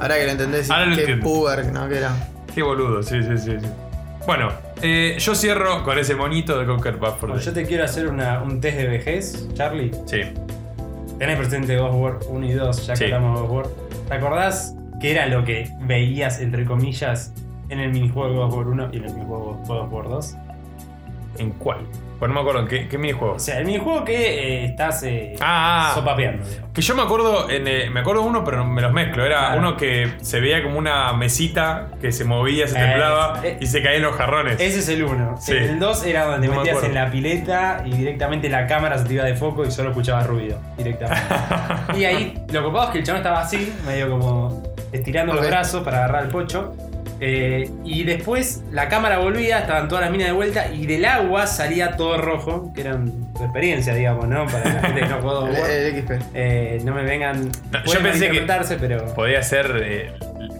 S1: Ahora que lo entendés,
S3: Ahora lo
S1: qué
S3: entiendo.
S1: puber, ¿no? Que era.
S3: Qué boludo, sí, sí, sí. sí. Bueno, eh, yo cierro con ese monito de Conquer Bad for
S2: Bueno, yo
S3: Day.
S2: te quiero hacer una- un test de vejez, Charlie.
S3: Sí.
S2: Tenés presente Ghostword 1 y 2, ya que
S3: Sí.
S2: hablamos de Ghostword. ¿Te acordás qué era lo que veías, entre comillas, en el minijuego de Ghostword 1 y en el minijuego de Ghostword 2?
S3: ¿En cuál? Pues no me acuerdo, ¿en qué, qué minijuego?
S2: O sea, el minijuego que eh, estás eh,
S3: Ah, ah.
S2: sopapeando, digamos.
S3: Que yo me acuerdo, en, eh, me acuerdo uno, pero me los mezclo. Era
S2: Claro.
S3: uno que se veía como una mesita que se movía, se
S2: Eh,
S3: templaba
S2: eh.
S3: y se caían los jarrones.
S2: Ese es el 1.
S3: Sí.
S2: El 2 era donde
S3: No
S2: te
S3: me
S2: metías
S3: acuerdo.
S2: en la pileta y directamente la cámara se te iba de foco y solo escuchabas ruido directamente. y ahí lo copado es que el chabón estaba así, medio como estirando
S1: Ok.
S2: los brazos para agarrar el pocho. Eh, y después la cámara volvía, estaban todas las minas de vuelta y del agua salía todo rojo, que era tu experiencia, digamos, ¿no? Para la gente que no jugó God
S1: El,
S2: of War.
S1: el XP.
S2: Eh, no me vengan.
S3: No, yo
S2: pueden
S3: pensé que-
S2: malinterpretarse, pero.
S3: Podía ser eh,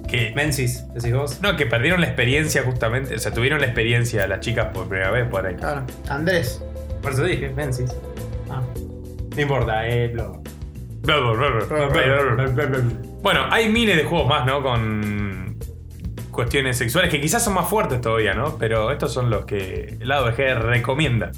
S3: que.
S2: Mensis, decís vos.
S3: No, que perdieron la experiencia justamente. O sea, tuvieron la experiencia las chicas por primera vez por ahí.
S1: Claro. Andrés.
S2: Por eso dije, Mensis.
S1: Ah.
S2: No importa, eh, lo-
S3: Blur, blur, blur, blur, blur. Bueno, hay miles de juegos más, ¿no? Con cuestiones sexuales que quizás son más fuertes todavía, ¿no? Pero estos son los que el AOG recomienda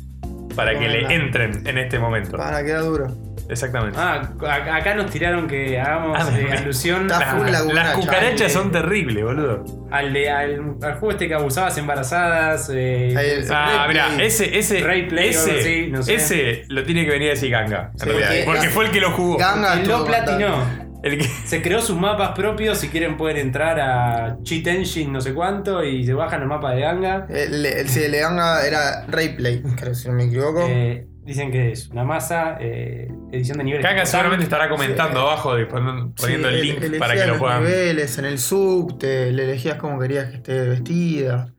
S3: para que le
S1: Recomienda.
S3: entren en este momento.
S1: Para, queda duro.
S3: Exactamente.
S2: Ah, a- acá nos tiraron que hagamos
S3: Ah,
S2: eh,
S3: me-
S2: alusión
S1: Está full la
S2: a-
S1: cucaracha.
S3: Las cucarachas son
S2: Ay,
S3: terribles, boludo.
S2: al, de- al, al juego este que abusabas embarazadas. eh,
S1: Ahí el-
S3: Ah,
S1: Replay.
S3: mirá, ese, ese,
S2: Ray Play o
S3: ese,
S2: algo así, no sé.
S3: ese lo tiene que venir a decir Ganga. en
S1: Sí,
S3: realidad,
S1: porque-
S3: porque fue el que lo jugó.
S1: Ganga
S2: el
S1: estuvo
S2: no
S1: contando.
S2: platinó.
S3: El que-
S2: Se creó sus mapas propios. Si quieren, pueden entrar a Cheat Engine, no sé cuánto, y se bajan los mapas de ganga.
S1: El, el, sí, el de Ganga era Rayplay, creo, si no me equivoco.
S2: Eh, dicen que es una masa, eh, edición de niveles.
S3: Ganga
S2: total.
S3: seguramente estará comentando
S1: Sí.
S3: abajo, de- poniendo
S1: Sí,
S3: poniendo el
S1: el-
S3: link
S1: elegías
S3: para que lo
S1: los
S3: puedan.
S1: niveles, en el subte, le elegías cómo querías que esté vestida.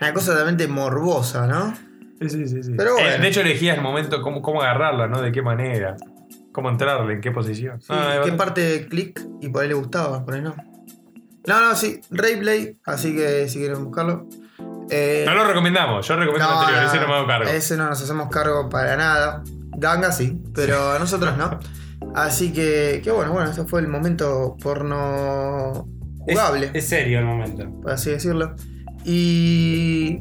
S1: Una cosa realmente morbosa, ¿no?
S3: Sí, sí, sí, sí.
S1: Pero
S3: Eh,
S1: bueno.
S3: de hecho, elegías el momento, cómo, cómo agarrarla, ¿no? De qué manera. Cómo entrarle, en qué posición.
S1: Sí,
S3: Ah,
S1: ¿Qué
S3: bueno.
S1: parte de click? Y por ahí le gustaba, por ahí no. No, no, sí, Rayplay, así que si quieren buscarlo. Eh,
S3: no lo recomendamos, yo recomiendo el anterior, ese no me hago cargo.
S1: ese no nos hacemos cargo para nada. Ganga sí, pero nosotros no. Así que, que bueno, bueno, ese fue el momento porno
S2: Es-
S1: jugable,
S2: Es, serio el momento.
S1: por así decirlo. Y.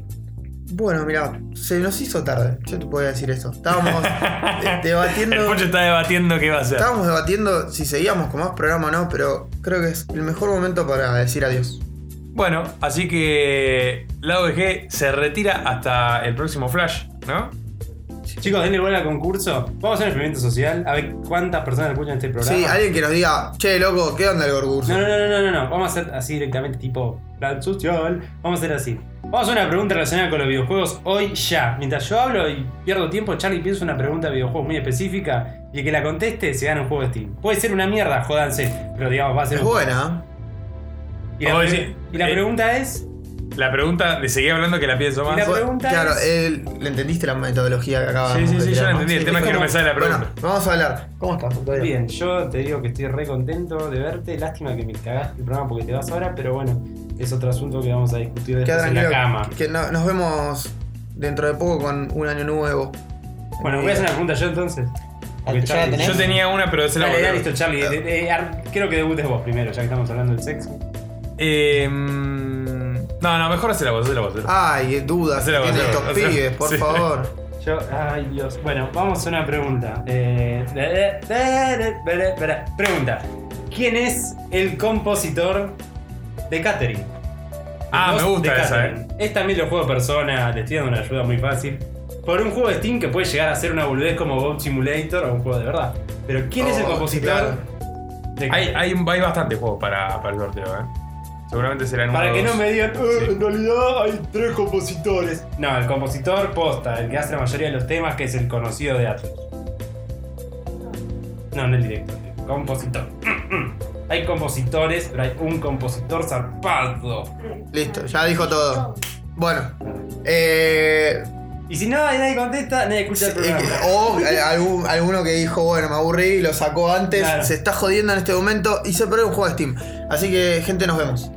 S1: Bueno, mira, se nos hizo tarde. Yo te podía decir esto. Estábamos eh, debatiendo.
S6: El Pocho está debatiendo qué va a hacer.
S1: Estábamos debatiendo si seguíamos con más programa o no, pero creo que es el mejor momento para decir adiós.
S3: Bueno, así que la OVG se retira hasta el próximo Flash, ¿no?
S2: Chicos, denle bola al concurso. Vamos a hacer un experimento social. A ver cuántas personas escuchan este programa.
S1: Sí, alguien que nos diga, che, loco, ¿qué onda el concurso?
S2: No, no, no, no, no, no. Vamos a hacer así directamente, tipo plan social. Vamos a hacer así. Vamos a hacer una pregunta relacionada con los videojuegos hoy ya. Mientras yo hablo y pierdo tiempo, Charlie piensa una pregunta de videojuegos muy específica y el que la conteste se gana un juego de Steam. Puede ser una mierda, jodanse, pero digamos, va a ser
S1: Es
S2: un-
S1: buena. ¿eh?
S2: Y la,
S3: Oye,
S2: pre-
S3: sí.
S2: y la
S3: Eh,
S2: pregunta es.
S3: La pregunta, le seguí hablando que la pienso
S2: Y
S3: más.
S2: la- pregunta
S1: claro,
S2: es-
S1: él- ¿le entendiste la metodología que acabamos
S3: Sí, sí,
S1: de
S3: sí, yo
S1: tirar,
S3: la
S1: no?
S3: entendí. El tema es que no
S2: como-
S3: me sale la
S1: Bueno,
S3: pregunta.
S1: vamos a hablar. ¿Cómo estás? ¿Todo bien?
S2: Bien, yo te digo que estoy re contento de verte. Lástima que me cagaste el programa porque te vas ahora, pero bueno, es otro asunto que vamos a discutir
S1: Queda
S2: después en
S1: tranquilo.
S2: la cama.
S1: Que no- nos vemos dentro de poco con un año nuevo.
S2: Bueno, voy a hacer una pregunta yo entonces. Porque
S7: ¿Ya la
S2: Charlie-
S7: tenés?
S3: Yo tenía una, pero se la
S2: Dale,
S3: volví.
S2: ya listo, Charlie. Eh, eh, ar- creo que debutes vos primero, ya que estamos hablando del sexo.
S3: Eh, mm, no, no, mejor hacer la voz, hacer la voz.
S1: Ay, qué dudas que
S3: Hacelo,
S1: tienen
S3: hacelo,
S1: estos
S3: hacelo.
S1: pibes, por
S3: Sí.
S1: favor.
S2: Yo, ay Dios. Bueno, vamos a una pregunta. Eh, da, da, da, da, da, da, da. pregunta. ¿Quién es el compositor de Catering?
S3: Ah,
S2: Los
S3: me gusta
S2: de
S3: esa,
S2: Catherine. Es también lo juego de persona, te estoy dando una ayuda muy fácil. Por un juego de Steam que puede llegar a ser una boludez como Bob Simulator o un juego de verdad. Pero ¿quién es el
S1: Oh,
S2: compositor
S1: claro.
S2: de
S3: Hay, hay, hay bastante juego para, para el sorteo, ¿eh? Seguramente serán uno
S2: Para
S3: o
S2: que no
S3: dos.
S2: me digan, "Eh,
S3: Sí.
S2: en realidad hay tres compositores. No, el compositor posta, el que hace la mayoría de los temas, que es el conocido de Atlas. No, no el director, el compositor. Hay compositores, pero hay un compositor zarpado.
S1: Listo, ya dijo todo. Bueno. Eh,
S2: Y si no, nadie contesta, nadie escucha el
S1: Eh,
S2: programa.
S1: o eh, algún- alguno que dijo, bueno, me aburrí y lo sacó antes,
S2: Claro.
S1: se está jodiendo en este momento y se perdió un juego de Steam. Así que, gente, nos vemos.